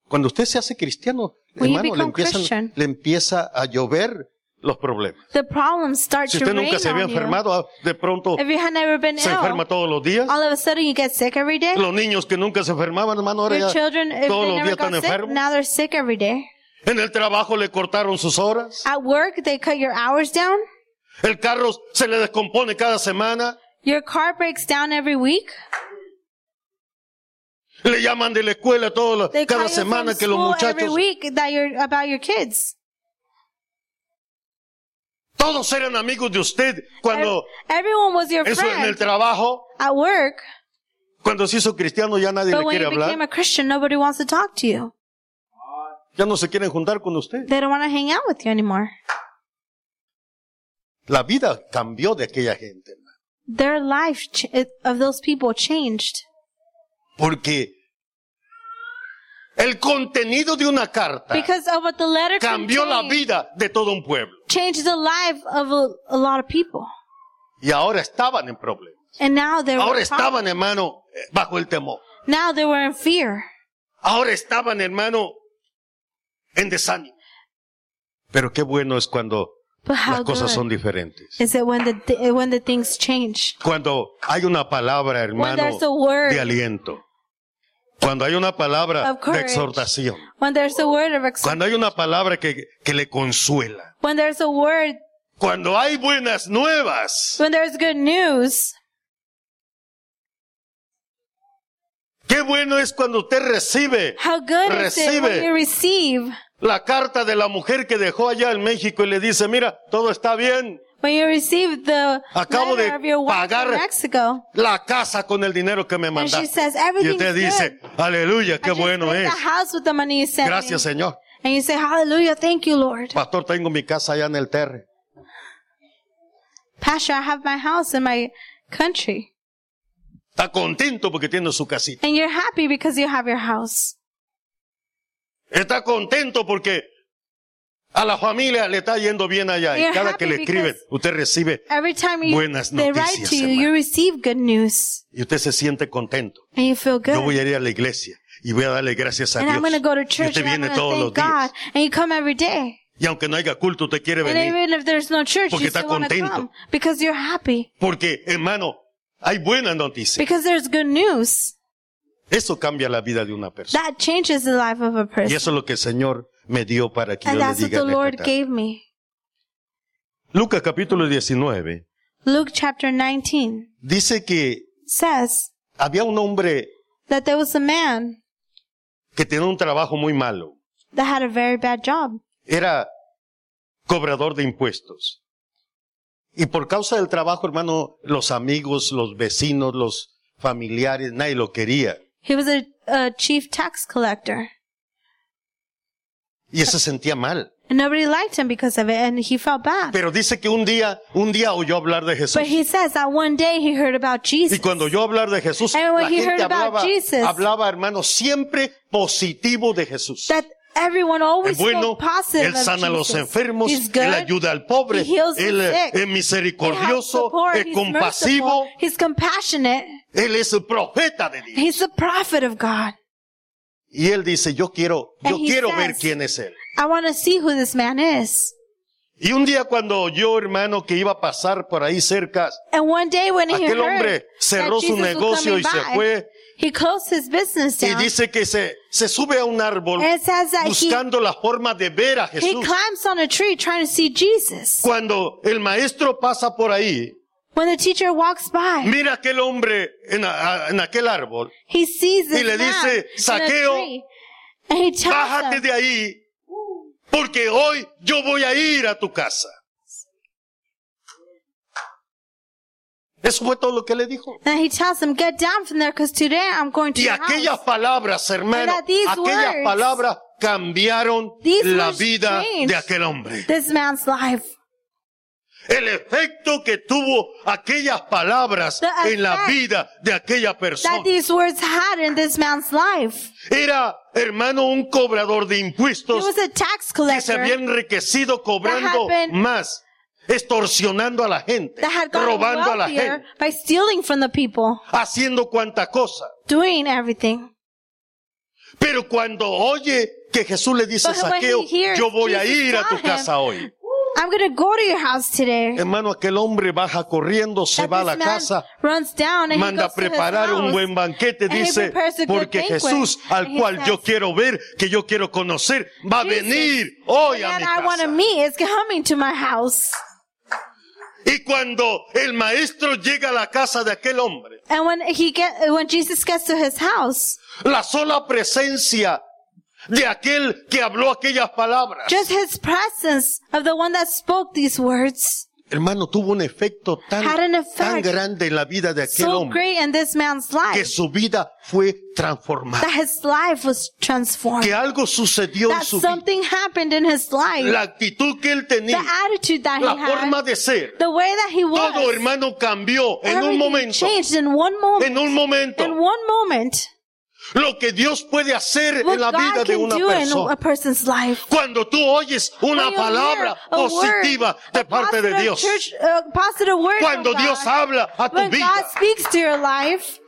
Speaker 1: Cuando usted se hace cristiano,
Speaker 2: When you
Speaker 1: hermano, le,
Speaker 2: become
Speaker 1: empiezan-
Speaker 2: Christian.
Speaker 1: le empieza a llover los problemas.
Speaker 2: The problems start
Speaker 1: Si
Speaker 2: to
Speaker 1: usted
Speaker 2: rain
Speaker 1: nunca se había
Speaker 2: on you.
Speaker 1: enfermado, ah, de pronto
Speaker 2: If you had never been
Speaker 1: se
Speaker 2: ill,
Speaker 1: enferma todos los días.
Speaker 2: all of a sudden you get sick every day.
Speaker 1: Los niños que nunca se enfermaban, hermano, ahora
Speaker 2: Your
Speaker 1: ya
Speaker 2: children, if
Speaker 1: todos
Speaker 2: they
Speaker 1: los
Speaker 2: never
Speaker 1: días
Speaker 2: got
Speaker 1: están
Speaker 2: sick,
Speaker 1: enfermos.
Speaker 2: now they're sick every day.
Speaker 1: en el trabajo le cortaron sus horas.
Speaker 2: At work, they cut your hours down.
Speaker 1: El carro se le descompone cada semana.
Speaker 2: Your car breaks down every week.
Speaker 1: Le llaman de la escuela todas las-
Speaker 2: They call
Speaker 1: cada
Speaker 2: you
Speaker 1: semana
Speaker 2: from
Speaker 1: que los
Speaker 2: school every
Speaker 1: muchachos,
Speaker 2: week that you're about your kids.
Speaker 1: todos eran amigos de usted cuando
Speaker 2: Ev- everyone was your
Speaker 1: eso en el
Speaker 2: friend
Speaker 1: trabajo,
Speaker 2: at work,
Speaker 1: cuando se hizo cristiano ya nadie
Speaker 2: but
Speaker 1: le
Speaker 2: when
Speaker 1: quiere
Speaker 2: you became
Speaker 1: hablar,
Speaker 2: a Christian, nobody wants to talk to you.
Speaker 1: ya no se quieren juntar con usted.
Speaker 2: They don't want to hang out with you anymore.
Speaker 1: La vida cambió de aquella gente, hermano,
Speaker 2: Their life ch- it- of those people changed
Speaker 1: porque el contenido de una carta
Speaker 2: because of what the letter
Speaker 1: cambió la
Speaker 2: contained
Speaker 1: vida de todo un pueblo
Speaker 2: changed the life of a, a lot of people.
Speaker 1: y ahora estaban en problemas.
Speaker 2: And now they
Speaker 1: Ahora
Speaker 2: were prob-
Speaker 1: estaban, hermano, eh, bajo el temor.
Speaker 2: now they were in fear.
Speaker 1: Ahora estaban, hermano, en desánimo. Pero qué bueno es cuando
Speaker 2: But how
Speaker 1: las cosas
Speaker 2: good
Speaker 1: son diferentes.
Speaker 2: is it when the th- when the things change?
Speaker 1: Cuando hay una palabra,
Speaker 2: When
Speaker 1: hermano,
Speaker 2: there's a word
Speaker 1: de aliento. Cuando hay una palabra
Speaker 2: Of
Speaker 1: de
Speaker 2: courage.
Speaker 1: exhortación.
Speaker 2: when there's a word of excitement,
Speaker 1: Cuando hay una palabra que, que le consuela.
Speaker 2: when there's a word
Speaker 1: Cuando hay buenas nuevas.
Speaker 2: when there's good news.
Speaker 1: Qué bueno es cuando usted recibe
Speaker 2: How good is it
Speaker 1: Recibe.
Speaker 2: when you receive
Speaker 1: la carta de la mujer que dejó allá en México y le dice, mira, todo está bien.
Speaker 2: when you receive the
Speaker 1: Acabo
Speaker 2: letter
Speaker 1: de
Speaker 2: of your wife
Speaker 1: pagar
Speaker 2: in Mexico?
Speaker 1: La casa con el dinero que me
Speaker 2: And she
Speaker 1: mandaste.
Speaker 2: says
Speaker 1: Y
Speaker 2: everything's
Speaker 1: usted dice,
Speaker 2: good.
Speaker 1: aleluya,
Speaker 2: I
Speaker 1: qué
Speaker 2: just
Speaker 1: bueno
Speaker 2: built
Speaker 1: es.
Speaker 2: The house with the money you sent me."
Speaker 1: Gracias, Señor.
Speaker 2: And you say, Hallelujah, thank you, Lord.
Speaker 1: Pastor, tengo mi casa allá en el Terre.
Speaker 2: Pastor, I have my house in my country.
Speaker 1: Está contento porque tiene su casita.
Speaker 2: And you're happy because you have your house.
Speaker 1: Está contento porque a la familia le está yendo bien allá. Y
Speaker 2: You're
Speaker 1: cada
Speaker 2: happy
Speaker 1: que le escriben,
Speaker 2: because-
Speaker 1: usted recibe
Speaker 2: Every time you,
Speaker 1: Buenas
Speaker 2: they
Speaker 1: noticias,
Speaker 2: write to you,
Speaker 1: hermano.
Speaker 2: you receive good news.
Speaker 1: y usted se siente contento.
Speaker 2: And you feel
Speaker 1: Yo
Speaker 2: good.
Speaker 1: voy a ir a la iglesia y voy a darle gracias a
Speaker 2: And I'm going to
Speaker 1: Dios.
Speaker 2: go to
Speaker 1: y
Speaker 2: church
Speaker 1: usted
Speaker 2: and I'm
Speaker 1: viene
Speaker 2: going to
Speaker 1: todos
Speaker 2: thank
Speaker 1: los
Speaker 2: God.
Speaker 1: días.
Speaker 2: And you come every day.
Speaker 1: Y aunque no haya culto, usted quiere
Speaker 2: And
Speaker 1: venir.
Speaker 2: even if there's no church,
Speaker 1: Porque
Speaker 2: you
Speaker 1: está
Speaker 2: still want to
Speaker 1: contento.
Speaker 2: come because you're happy.
Speaker 1: Porque, hermano, hay buenas noticias.
Speaker 2: Because there's good news.
Speaker 1: Eso cambia la vida de una persona.
Speaker 2: That changes the life of a
Speaker 1: Y
Speaker 2: person.
Speaker 1: eso es lo que el Señor me dio para que yo
Speaker 2: And
Speaker 1: le
Speaker 2: that's what
Speaker 1: diga.
Speaker 2: the
Speaker 1: en esta
Speaker 2: Lord
Speaker 1: tarde.
Speaker 2: gave me.
Speaker 1: Lucas capítulo 19
Speaker 2: Luke chapter 19
Speaker 1: dice que
Speaker 2: says
Speaker 1: había un hombre
Speaker 2: that there was a man
Speaker 1: que tenía un trabajo muy malo.
Speaker 2: that had a very bad job.
Speaker 1: Era cobrador de impuestos. Y por causa del trabajo, hermano, los amigos, los vecinos, los familiares, nadie lo quería.
Speaker 2: He was a, a chief tax collector.
Speaker 1: Y él se sentía mal.
Speaker 2: And nobody liked him because of it, and he felt bad.
Speaker 1: Pero dice que un día, un día oyó hablar de Jesús.
Speaker 2: But he says that one day Pues he heard about Jesus.
Speaker 1: Y cuando oyó hablar de Jesús,
Speaker 2: And when
Speaker 1: la
Speaker 2: he
Speaker 1: gente
Speaker 2: heard about
Speaker 1: hablaba,
Speaker 2: Jesus-
Speaker 1: hablaba, hermano, siempre positivo de Jesús.
Speaker 2: That everyone
Speaker 1: Es
Speaker 2: always
Speaker 1: bueno,
Speaker 2: spoke positive
Speaker 1: Él
Speaker 2: of
Speaker 1: sana a los
Speaker 2: Jesus.
Speaker 1: enfermos,
Speaker 2: He's good.
Speaker 1: Él ayuda al pobre,
Speaker 2: He heals the
Speaker 1: Él eh,
Speaker 2: sick.
Speaker 1: es
Speaker 2: He helps
Speaker 1: misericordioso,
Speaker 2: the poor.
Speaker 1: es
Speaker 2: He's
Speaker 1: eh, compasivo,
Speaker 2: merciful. He's compassionate.
Speaker 1: Él es el profeta de Dios.
Speaker 2: He's the prophet of God.
Speaker 1: Y Él dice, yo quiero, yo
Speaker 2: And he
Speaker 1: quiero
Speaker 2: says-
Speaker 1: ver quién es Él.
Speaker 2: I want to see who this man is.
Speaker 1: Y un día cuando oyó, hermano, que iba a pasar por ahí cerca,
Speaker 2: And one day when he
Speaker 1: aquel
Speaker 2: heard
Speaker 1: hombre cerró
Speaker 2: that
Speaker 1: su
Speaker 2: Jesus was
Speaker 1: negocio
Speaker 2: coming
Speaker 1: y se
Speaker 2: by,
Speaker 1: fue.
Speaker 2: he closed his business
Speaker 1: Y
Speaker 2: down.
Speaker 1: dice que se, se sube a un árbol
Speaker 2: and it says that he,
Speaker 1: buscando la forma de ver a
Speaker 2: he
Speaker 1: Jesús.
Speaker 2: climbs on a tree trying to see Jesus.
Speaker 1: Cuando el maestro pasa por ahí,
Speaker 2: When the teacher walks by,
Speaker 1: mira aquel hombre en, a- en aquel árbol,
Speaker 2: he sees this
Speaker 1: Y le
Speaker 2: man
Speaker 1: dice,
Speaker 2: in a
Speaker 1: "Saqueo,
Speaker 2: tree. And he tells
Speaker 1: bájate
Speaker 2: him,
Speaker 1: de ahí, porque hoy yo voy a ir a tu casa. Eso fue todo lo que le dijo.
Speaker 2: and he tells him, get down from there because today I'm going to
Speaker 1: Y
Speaker 2: your
Speaker 1: aquellas
Speaker 2: house.
Speaker 1: palabras, hermano,
Speaker 2: And that these
Speaker 1: aquellas
Speaker 2: words-
Speaker 1: palabras cambiaron
Speaker 2: These
Speaker 1: la
Speaker 2: words
Speaker 1: vida
Speaker 2: changed
Speaker 1: de aquel hombre.
Speaker 2: This man's life.
Speaker 1: El efecto que tuvo aquellas palabras
Speaker 2: The
Speaker 1: en la
Speaker 2: effect
Speaker 1: vida de aquella persona.
Speaker 2: that these words had in this man's life.
Speaker 1: Era, hermano, un cobrador de
Speaker 2: He
Speaker 1: impuestos
Speaker 2: was a tax
Speaker 1: que se había
Speaker 2: collector
Speaker 1: enriquecido cobrando
Speaker 2: happened-
Speaker 1: más, extorsionando a la gente,
Speaker 2: that had gotten
Speaker 1: robando a la
Speaker 2: wealthier
Speaker 1: gente,
Speaker 2: by stealing from the people,
Speaker 1: haciendo cuanta cosa.
Speaker 2: doing everything.
Speaker 1: Pero cuando oye que Jesús le dice a
Speaker 2: But when he
Speaker 1: Saqueo,
Speaker 2: hears
Speaker 1: yo voy a
Speaker 2: Jesus
Speaker 1: ir a tu
Speaker 2: saw him,
Speaker 1: casa hoy.
Speaker 2: I'm going to go to your house today.
Speaker 1: Hermano, aquel hombre baja corriendo, se
Speaker 2: That
Speaker 1: va a la
Speaker 2: this man
Speaker 1: casa,
Speaker 2: runs down and he
Speaker 1: manda
Speaker 2: goes to his
Speaker 1: preparar un
Speaker 2: house.
Speaker 1: buen banquete,
Speaker 2: and he
Speaker 1: dice,
Speaker 2: prepares a good
Speaker 1: porque
Speaker 2: banquet.
Speaker 1: Jesús, al
Speaker 2: And he
Speaker 1: cual yo
Speaker 2: says,
Speaker 1: quiero ver, que yo quiero conocer, va a
Speaker 2: Jesus,
Speaker 1: venir hoy
Speaker 2: The
Speaker 1: a
Speaker 2: man
Speaker 1: mi
Speaker 2: I want to
Speaker 1: casa.
Speaker 2: meet is coming to my house.
Speaker 1: Y cuando el maestro llega a la casa de aquel hombre,
Speaker 2: And when he get, when Jesus gets to his house,
Speaker 1: la sola presencia de aquel que habló aquellas palabras,
Speaker 2: just his presence of the one that spoke these words,
Speaker 1: hermano, tuvo un efecto
Speaker 2: Had an
Speaker 1: tan,
Speaker 2: effect
Speaker 1: tan grande en la vida de aquel
Speaker 2: so
Speaker 1: hombre
Speaker 2: great in this man's
Speaker 1: que
Speaker 2: life,
Speaker 1: su vida fue transformada,
Speaker 2: that his life was transformed.
Speaker 1: que algo sucedió en
Speaker 2: That
Speaker 1: su vida,
Speaker 2: something happened in his life.
Speaker 1: la actitud que él
Speaker 2: The
Speaker 1: tenía,
Speaker 2: attitude that
Speaker 1: la
Speaker 2: he
Speaker 1: forma
Speaker 2: had,
Speaker 1: de ser,
Speaker 2: the way that he
Speaker 1: todo
Speaker 2: was,
Speaker 1: hermano cambió en un
Speaker 2: everything
Speaker 1: momento,
Speaker 2: changed in one moment.
Speaker 1: en un momento,
Speaker 2: In one moment,
Speaker 1: lo que Dios puede hacer
Speaker 2: what
Speaker 1: en la vida
Speaker 2: God
Speaker 1: de
Speaker 2: can
Speaker 1: una
Speaker 2: do in
Speaker 1: persona.
Speaker 2: a person's life.
Speaker 1: Cuando tú oyes una
Speaker 2: When you
Speaker 1: palabra
Speaker 2: hear a
Speaker 1: positiva
Speaker 2: word,
Speaker 1: de
Speaker 2: a
Speaker 1: parte de
Speaker 2: positive
Speaker 1: Dios,
Speaker 2: church- a positive word
Speaker 1: cuando
Speaker 2: from
Speaker 1: Dios
Speaker 2: God,
Speaker 1: habla a tu
Speaker 2: when God
Speaker 1: vida,
Speaker 2: speaks to your life,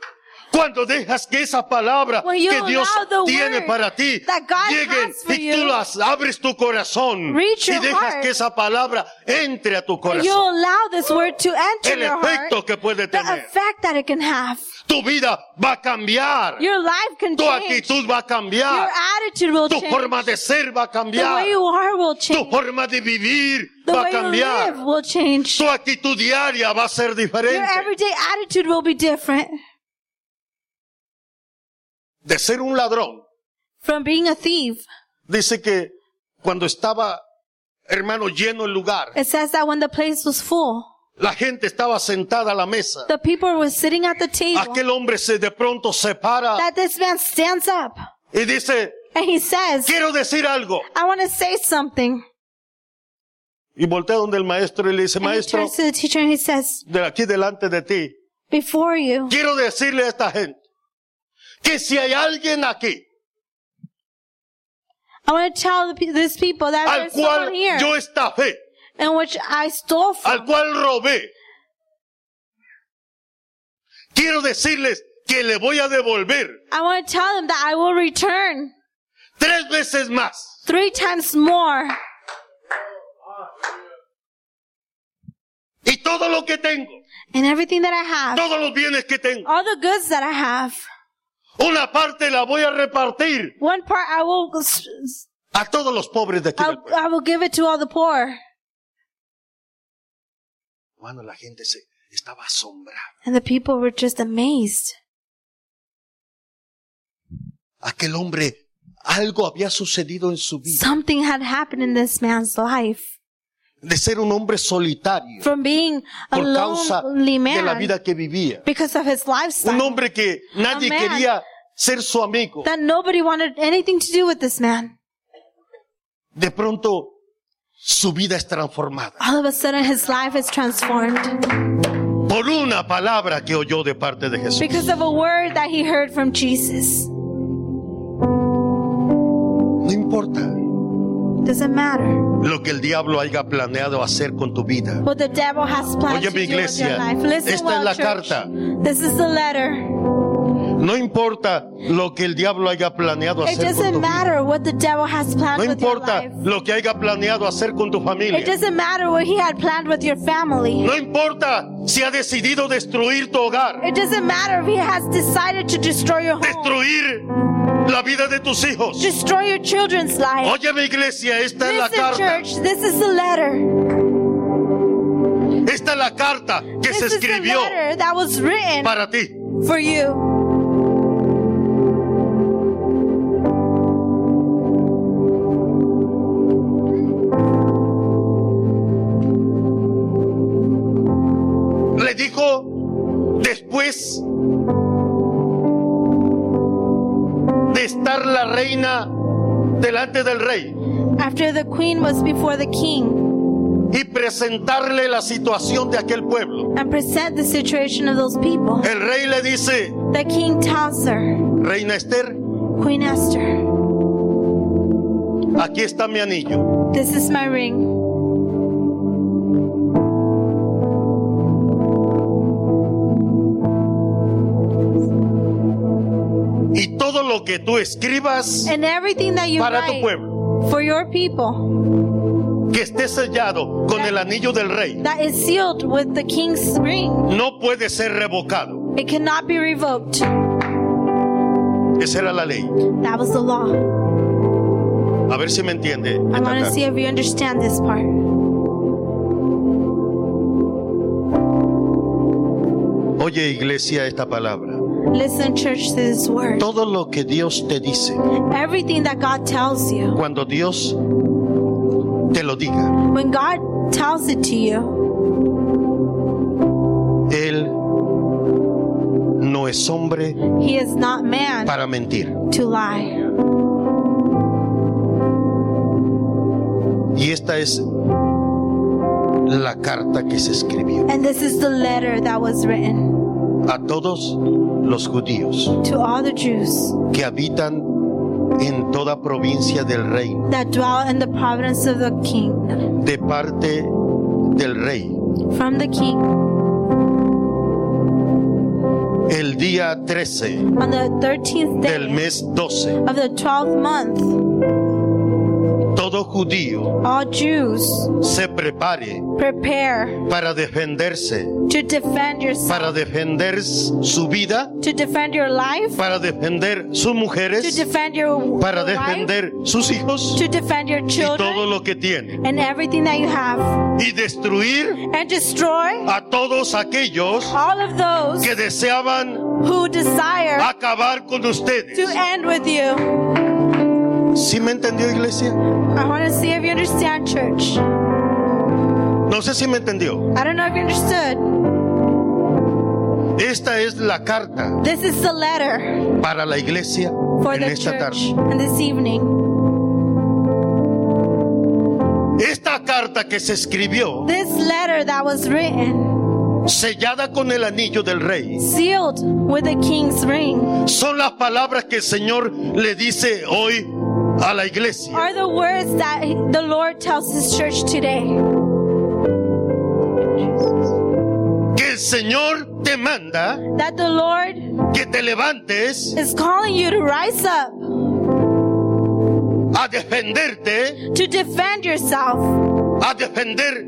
Speaker 1: cuando dejas que esa palabra
Speaker 2: When you
Speaker 1: que Dios
Speaker 2: allow the
Speaker 1: tiene
Speaker 2: word
Speaker 1: para ti
Speaker 2: that God
Speaker 1: llegue
Speaker 2: has for
Speaker 1: y tú
Speaker 2: you,
Speaker 1: las abres tu corazón
Speaker 2: reach
Speaker 1: y
Speaker 2: your
Speaker 1: dejas
Speaker 2: heart,
Speaker 1: que esa palabra entre a tu
Speaker 2: you
Speaker 1: corazón,
Speaker 2: allow this word to enter
Speaker 1: el
Speaker 2: your
Speaker 1: efecto
Speaker 2: heart,
Speaker 1: que puede
Speaker 2: the
Speaker 1: tener,
Speaker 2: effect that it can have.
Speaker 1: tu vida va a cambiar,
Speaker 2: Your life can
Speaker 1: tu
Speaker 2: change.
Speaker 1: actitud va a
Speaker 2: Your
Speaker 1: cambiar,
Speaker 2: attitude will
Speaker 1: tu
Speaker 2: change.
Speaker 1: forma de ser va a
Speaker 2: the
Speaker 1: cambiar,
Speaker 2: way you are will
Speaker 1: tu
Speaker 2: change.
Speaker 1: forma de vivir
Speaker 2: The
Speaker 1: va a
Speaker 2: way you
Speaker 1: cambiar.
Speaker 2: live will change.
Speaker 1: Tu actitud diaria va a ser
Speaker 2: Your
Speaker 1: diferente.
Speaker 2: everyday attitude will be different.
Speaker 1: De ser un ladrón.
Speaker 2: From being a thief,
Speaker 1: Dice que cuando estaba, hermano, lleno el lugar,
Speaker 2: it says that when the place was full,
Speaker 1: la gente estaba sentada a la mesa.
Speaker 2: the people were sitting at the table,
Speaker 1: Aquel hombre se de pronto se para
Speaker 2: that this man stands up
Speaker 1: y dice,
Speaker 2: and he says,
Speaker 1: quiero decir algo.
Speaker 2: I want to say something.
Speaker 1: Y voltea donde el maestro y le dice,
Speaker 2: And he
Speaker 1: maestro,
Speaker 2: turns to the teacher and he says,
Speaker 1: de aquí delante de ti,
Speaker 2: Before you,
Speaker 1: quiero decirle a esta gente que si hay alguien aquí
Speaker 2: I want to tell the, pe- these people that
Speaker 1: al
Speaker 2: there's someone
Speaker 1: cual
Speaker 2: here
Speaker 1: yo estafé,
Speaker 2: in which I stole
Speaker 1: al
Speaker 2: from.
Speaker 1: cual robé. Quiero decirles que le voy a devolver
Speaker 2: I want to tell them that I will return
Speaker 1: tres veces más.
Speaker 2: three times more.
Speaker 1: Y todo lo que tengo,
Speaker 2: And everything that I have,
Speaker 1: todos los bienes que tengo,
Speaker 2: all the goods that I have,
Speaker 1: una parte la voy a repartir
Speaker 2: one part I will, s- s-
Speaker 1: a todos los pobres de aquí del
Speaker 2: I'll,
Speaker 1: pueblo.
Speaker 2: I will give it to all the poor.
Speaker 1: Hermano, la gente se estaba asombrada.
Speaker 2: And the people were just amazed.
Speaker 1: Aquel hombre, algo había sucedido en su vida.
Speaker 2: Something had happened in this man's life.
Speaker 1: De ser un hombre solitario
Speaker 2: From being a
Speaker 1: por causa
Speaker 2: lonely
Speaker 1: de la
Speaker 2: man
Speaker 1: vida que vivía.
Speaker 2: because of his
Speaker 1: Un
Speaker 2: lifestyle,
Speaker 1: hombre que nadie
Speaker 2: A man.
Speaker 1: quería ser su amigo.
Speaker 2: that nobody wanted anything to do with this man.
Speaker 1: De pronto, su vida es transformada.
Speaker 2: All of a sudden, his life is transformed
Speaker 1: por una palabra que oyó de parte de Jesús.
Speaker 2: because of a word that he heard from Jesus.
Speaker 1: No importa
Speaker 2: Doesn't matter
Speaker 1: lo que el diablo haya planeado hacer con tu vida.
Speaker 2: what the devil has planned
Speaker 1: Oye,
Speaker 2: to
Speaker 1: mi
Speaker 2: do with your
Speaker 1: iglesia,
Speaker 2: life. Listen
Speaker 1: esta
Speaker 2: well,
Speaker 1: es la
Speaker 2: church.
Speaker 1: carta.
Speaker 2: This is the letter.
Speaker 1: No importa lo que el diablo haya planeado
Speaker 2: It
Speaker 1: hacer con tu
Speaker 2: doesn't
Speaker 1: vida.
Speaker 2: matter what the devil has planned
Speaker 1: No
Speaker 2: with your
Speaker 1: importa
Speaker 2: life.
Speaker 1: lo que haya planeado hacer con tu
Speaker 2: It
Speaker 1: familia.
Speaker 2: doesn't matter what he had planned with your family.
Speaker 1: No importa si ha decidido destruir tu hogar,
Speaker 2: It doesn't matter if he has decided to destroy your home,
Speaker 1: destruir la vida de tus hijos.
Speaker 2: destroy your children's life.
Speaker 1: Oye, mi iglesia, esta es la
Speaker 2: Listen,
Speaker 1: carta.
Speaker 2: church, this is the letter.
Speaker 1: Esta es la carta que
Speaker 2: This
Speaker 1: se
Speaker 2: is the
Speaker 1: escribió
Speaker 2: letter that was written
Speaker 1: para ti.
Speaker 2: for you.
Speaker 1: le dijo después de estar la reina delante del rey,
Speaker 2: After the queen was before the king,
Speaker 1: y presentarle la situación de aquel pueblo.
Speaker 2: and present the situation of those people.
Speaker 1: El rey le dice,
Speaker 2: The king tells her,
Speaker 1: Reina Esther,
Speaker 2: Queen Esther,
Speaker 1: aquí está mi anillo.
Speaker 2: this is my ring.
Speaker 1: Y todo lo que tú escribas
Speaker 2: And everything that you
Speaker 1: para tu
Speaker 2: write
Speaker 1: pueblo,
Speaker 2: for your people
Speaker 1: que esté sellado con el anillo del rey,
Speaker 2: that is sealed with the king's ring,
Speaker 1: no puede ser revocado.
Speaker 2: it cannot be revoked.
Speaker 1: Esa era la ley.
Speaker 2: That was the law.
Speaker 1: A ver si me entiende.
Speaker 2: I want to see if you understand this part.
Speaker 1: Oye iglesia esta palabra.
Speaker 2: Listen, church, to this word.
Speaker 1: Todo lo que Dios te dice,
Speaker 2: Everything that God tells you,
Speaker 1: cuando Dios te lo diga,
Speaker 2: when God tells it to you,
Speaker 1: Él no es hombre
Speaker 2: He is not man
Speaker 1: para mentir.
Speaker 2: to lie.
Speaker 1: Y esta es la carta que se escribió
Speaker 2: And this is the letter that was written
Speaker 1: a todos los judíos
Speaker 2: to all the Jews
Speaker 1: que habitan en toda provincia del reino,
Speaker 2: that dwell in the providence of the king,
Speaker 1: de parte del rey.
Speaker 2: from the king,
Speaker 1: El día 13
Speaker 2: on the 13th
Speaker 1: del
Speaker 2: day
Speaker 1: mes 12,
Speaker 2: of the 12th month.
Speaker 1: todo judío
Speaker 2: All Jews
Speaker 1: se prepare
Speaker 2: prepare
Speaker 1: para defenderse,
Speaker 2: to defend yourself,
Speaker 1: para defender su vida,
Speaker 2: to defend your life,
Speaker 1: para defender sus
Speaker 2: to
Speaker 1: mujeres,
Speaker 2: defend your,
Speaker 1: para
Speaker 2: your wife,
Speaker 1: defender sus hijos
Speaker 2: to defend your
Speaker 1: y todo
Speaker 2: children
Speaker 1: lo que tiene.
Speaker 2: and everything that you have,
Speaker 1: Y destruir
Speaker 2: and destroy
Speaker 1: a todos aquellos
Speaker 2: all of those
Speaker 1: que deseaban
Speaker 2: who desire
Speaker 1: acabar con
Speaker 2: to
Speaker 1: ustedes.
Speaker 2: end with you.
Speaker 1: ¿Sí me entendió, iglesia?
Speaker 2: I want to see if you understand, church.
Speaker 1: No sé si me entendió.
Speaker 2: I don't know if you understood.
Speaker 1: Esta es la carta
Speaker 2: This is the letter
Speaker 1: para la iglesia
Speaker 2: for
Speaker 1: en
Speaker 2: the
Speaker 1: esta
Speaker 2: church
Speaker 1: tarde.
Speaker 2: and this evening.
Speaker 1: Esta carta que se escribió,
Speaker 2: This letter that was written,
Speaker 1: sellada con el anillo del rey,
Speaker 2: sealed with the king's ring,
Speaker 1: son las palabras que el Señor le dice hoy a la iglesia.
Speaker 2: are the words that the Lord tells his church today.
Speaker 1: Que el Señor te manda
Speaker 2: That the Lord
Speaker 1: que te levantes
Speaker 2: is calling you to rise up,
Speaker 1: a defenderte,
Speaker 2: to defend yourself,
Speaker 1: a defender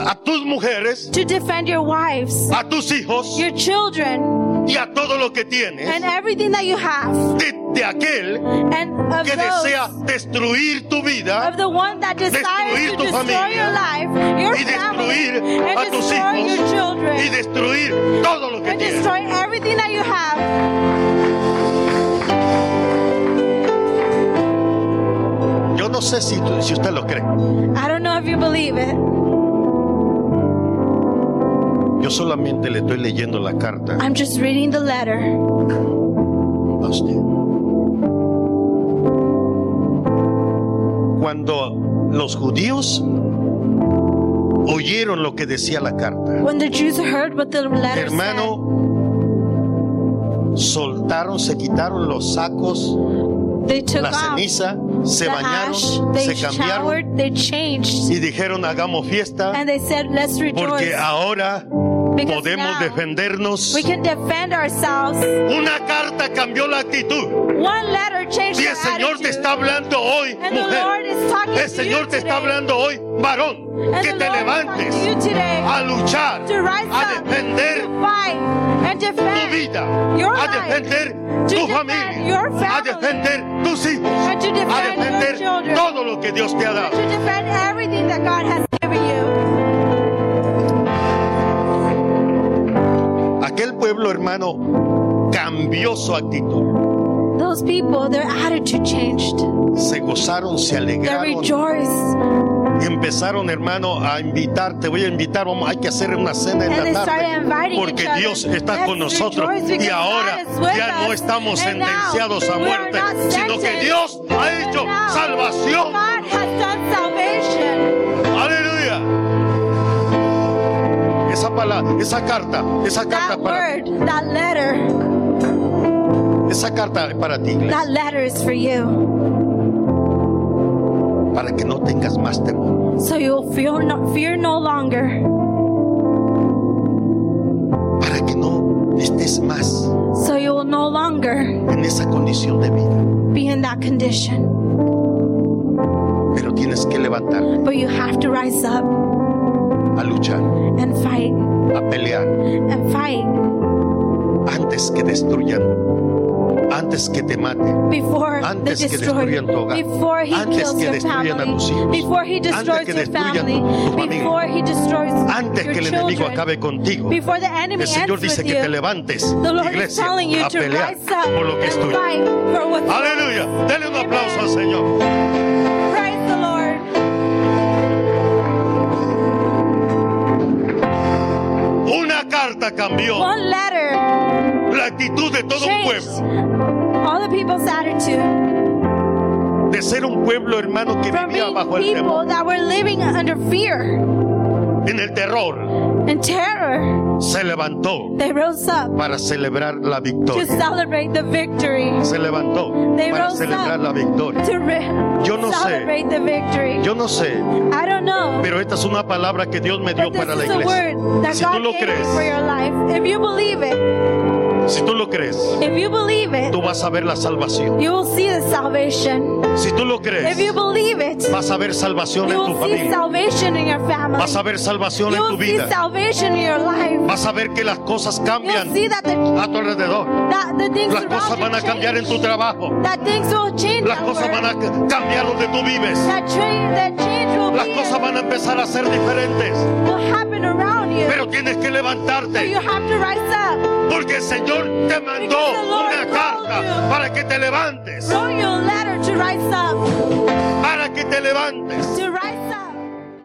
Speaker 1: a tus mujeres,
Speaker 2: to defend your wives,
Speaker 1: a tus hijos
Speaker 2: your children,
Speaker 1: y a todo lo que tienes.
Speaker 2: and everything that you have,
Speaker 1: de, de aquel
Speaker 2: and of
Speaker 1: que desea
Speaker 2: those
Speaker 1: destruir tu vida
Speaker 2: of the one that desires
Speaker 1: Destruir
Speaker 2: to
Speaker 1: tu
Speaker 2: destroy
Speaker 1: familia
Speaker 2: your life, your
Speaker 1: y
Speaker 2: family,
Speaker 1: destruir
Speaker 2: and
Speaker 1: a tus
Speaker 2: destroy your
Speaker 1: hijos
Speaker 2: children,
Speaker 1: y destruir todo lo que
Speaker 2: and
Speaker 1: tienes.
Speaker 2: destroy everything that you have.
Speaker 1: Yo no sé si, tú- si usted lo cree.
Speaker 2: I don't know if you believe it.
Speaker 1: Yo solamente le estoy leyendo la carta
Speaker 2: I'm just reading the letter.
Speaker 1: a usted. Cuando los judíos oyeron lo que decía la carta,
Speaker 2: When the Jews heard what the letter said,
Speaker 1: hermano, soltaron, se quitaron los sacos,
Speaker 2: they took
Speaker 1: la
Speaker 2: off
Speaker 1: ceniza, se
Speaker 2: the
Speaker 1: bañaron,
Speaker 2: ash,
Speaker 1: se
Speaker 2: they
Speaker 1: cambiaron.
Speaker 2: showered, they changed,
Speaker 1: y dijeron hagamos fiesta
Speaker 2: and they said, "Let's rejoice
Speaker 1: porque ahora
Speaker 2: because
Speaker 1: podemos
Speaker 2: now
Speaker 1: defendernos.
Speaker 2: we can defend ourselves."
Speaker 1: Una carta cambió la actitud
Speaker 2: One letter changed
Speaker 1: y
Speaker 2: your
Speaker 1: el Señor te
Speaker 2: attitude.
Speaker 1: está hablando hoy,
Speaker 2: And the Lord
Speaker 1: mujer.
Speaker 2: is talking
Speaker 1: El
Speaker 2: to you
Speaker 1: Señor te está
Speaker 2: today.
Speaker 1: hablando hoy, varón,
Speaker 2: And
Speaker 1: que
Speaker 2: the
Speaker 1: te
Speaker 2: Lord is talking to you
Speaker 1: levantes
Speaker 2: today.
Speaker 1: a luchar,
Speaker 2: to rise
Speaker 1: a
Speaker 2: up,
Speaker 1: defender
Speaker 2: to fight, and
Speaker 1: tu
Speaker 2: defend,
Speaker 1: vida,
Speaker 2: your
Speaker 1: a
Speaker 2: life,
Speaker 1: defender
Speaker 2: to
Speaker 1: tu
Speaker 2: defend
Speaker 1: familia,
Speaker 2: your
Speaker 1: a
Speaker 2: family,
Speaker 1: defender tus hijos,
Speaker 2: and to
Speaker 1: a
Speaker 2: defend your
Speaker 1: defender
Speaker 2: children,
Speaker 1: todo lo que Dios te ha
Speaker 2: and
Speaker 1: dado.
Speaker 2: to defend everything that God has given you.
Speaker 1: Aquel pueblo hermano cambió su actitud.
Speaker 2: Those people, their attitude changed.
Speaker 1: Se gozaron, se
Speaker 2: They
Speaker 1: alegraron,
Speaker 2: rejoiced,
Speaker 1: Y empezaron, hermano, a invitar, te voy a invitar, vamos, hay que hacer una cena en
Speaker 2: and they
Speaker 1: la
Speaker 2: started
Speaker 1: tarde,
Speaker 2: inviting
Speaker 1: porque
Speaker 2: each other.
Speaker 1: Dios está
Speaker 2: Let's
Speaker 1: con nosotros
Speaker 2: rejoice because
Speaker 1: y
Speaker 2: God
Speaker 1: ahora
Speaker 2: is with
Speaker 1: ya no
Speaker 2: us.
Speaker 1: estamos
Speaker 2: And now
Speaker 1: sentenciados a
Speaker 2: we are
Speaker 1: muerte,
Speaker 2: not
Speaker 1: sino que
Speaker 2: sentenced.
Speaker 1: Dios ha
Speaker 2: And
Speaker 1: hecho
Speaker 2: now
Speaker 1: salvación.
Speaker 2: God has done salvation.
Speaker 1: pala- esa carta, esa carta
Speaker 2: That
Speaker 1: para,
Speaker 2: word, that letter,
Speaker 1: esa carta para ti, iglesia,
Speaker 2: that letter is for you.
Speaker 1: para que no tengas más temor.
Speaker 2: So you'll feel no, fear no longer.
Speaker 1: Para que no estés más
Speaker 2: So you will no longer
Speaker 1: en esa condición de vida.
Speaker 2: be in that condition.
Speaker 1: Pero tienes que levantarte
Speaker 2: But you have to rise up
Speaker 1: a luchar,
Speaker 2: and fight
Speaker 1: a pelear,
Speaker 2: and fight
Speaker 1: antes que destruyan, antes que te maten,
Speaker 2: before the
Speaker 1: Antes que
Speaker 2: destroyer,
Speaker 1: destruyan tu hogar.
Speaker 2: before he
Speaker 1: Antes
Speaker 2: kills
Speaker 1: que
Speaker 2: your
Speaker 1: destruyan a
Speaker 2: family,
Speaker 1: tus hijos.
Speaker 2: before he
Speaker 1: Antes
Speaker 2: destroys
Speaker 1: que
Speaker 2: your
Speaker 1: destruyan
Speaker 2: family,
Speaker 1: tu familia.
Speaker 2: before he destroys
Speaker 1: antes
Speaker 2: your
Speaker 1: que el enemigo
Speaker 2: children,
Speaker 1: acabe contigo.
Speaker 2: before the enemy
Speaker 1: El Señor
Speaker 2: ends
Speaker 1: dice
Speaker 2: with
Speaker 1: que te
Speaker 2: you.
Speaker 1: levantes,
Speaker 2: The Lord is
Speaker 1: iglesia,
Speaker 2: telling you
Speaker 1: a
Speaker 2: to
Speaker 1: pelear
Speaker 2: rise up
Speaker 1: por lo que es
Speaker 2: and
Speaker 1: tuyo.
Speaker 2: fight for what's
Speaker 1: Aleluya, dele un aplauso al Señor.
Speaker 2: Praise the Lord.
Speaker 1: Una carta cambió
Speaker 2: One letter
Speaker 1: la actitud de todo un
Speaker 2: changed
Speaker 1: pueblo.
Speaker 2: all the people's attitude
Speaker 1: De ser un pueblo hermano que
Speaker 2: from
Speaker 1: vivía
Speaker 2: being
Speaker 1: bajo el temor,
Speaker 2: people that were living under fear
Speaker 1: en el terror,
Speaker 2: and terror.
Speaker 1: se levantó
Speaker 2: They rose up
Speaker 1: para celebrar la
Speaker 2: to
Speaker 1: victoria.
Speaker 2: celebrate the victory.
Speaker 1: Se levantó
Speaker 2: They
Speaker 1: para
Speaker 2: rose
Speaker 1: celebrar
Speaker 2: up.
Speaker 1: la victoria.
Speaker 2: To re-
Speaker 1: Yo no sé.
Speaker 2: celebrate the victory.
Speaker 1: Yo no sé,
Speaker 2: I don't know.
Speaker 1: pero esta es una palabra que Dios me dio
Speaker 2: But
Speaker 1: para la
Speaker 2: this is a
Speaker 1: iglesia.
Speaker 2: word that
Speaker 1: Si tú
Speaker 2: God
Speaker 1: lo
Speaker 2: gave you
Speaker 1: crees.
Speaker 2: for your life. If you believe it,
Speaker 1: Si tú lo crees,
Speaker 2: if you believe it,
Speaker 1: tú vas a ver la salvación.
Speaker 2: you will see the salvation.
Speaker 1: Si tú lo
Speaker 2: If
Speaker 1: crees,
Speaker 2: you believe it,
Speaker 1: vas a ver salvación
Speaker 2: you
Speaker 1: en tu
Speaker 2: will see
Speaker 1: familia.
Speaker 2: salvation in your family.
Speaker 1: Vas a ver salvación
Speaker 2: You
Speaker 1: en tu
Speaker 2: will see
Speaker 1: vida.
Speaker 2: salvation in your life.
Speaker 1: Vas a ver que las cosas
Speaker 2: You'll
Speaker 1: cambian
Speaker 2: see that the,
Speaker 1: a tu alrededor.
Speaker 2: that the things
Speaker 1: Las cosas
Speaker 2: around
Speaker 1: van a
Speaker 2: you
Speaker 1: cambiar en
Speaker 2: change.
Speaker 1: tu trabajo.
Speaker 2: That things will change
Speaker 1: Las
Speaker 2: at
Speaker 1: cosas
Speaker 2: work.
Speaker 1: van a ca- cambiar donde tú vives.
Speaker 2: That, tra- that change will,
Speaker 1: Las
Speaker 2: be,
Speaker 1: cosas van a empezar a ser diferentes.
Speaker 2: will happen around you.
Speaker 1: Pero tienes que
Speaker 2: so you
Speaker 1: levantarte
Speaker 2: have to rise up.
Speaker 1: porque el Señor te mandó
Speaker 2: Because the Lord
Speaker 1: una
Speaker 2: called
Speaker 1: carta
Speaker 2: you.
Speaker 1: para que te levantes.
Speaker 2: Show you a letter to rise up.
Speaker 1: Para que te levantes.
Speaker 2: To rise up.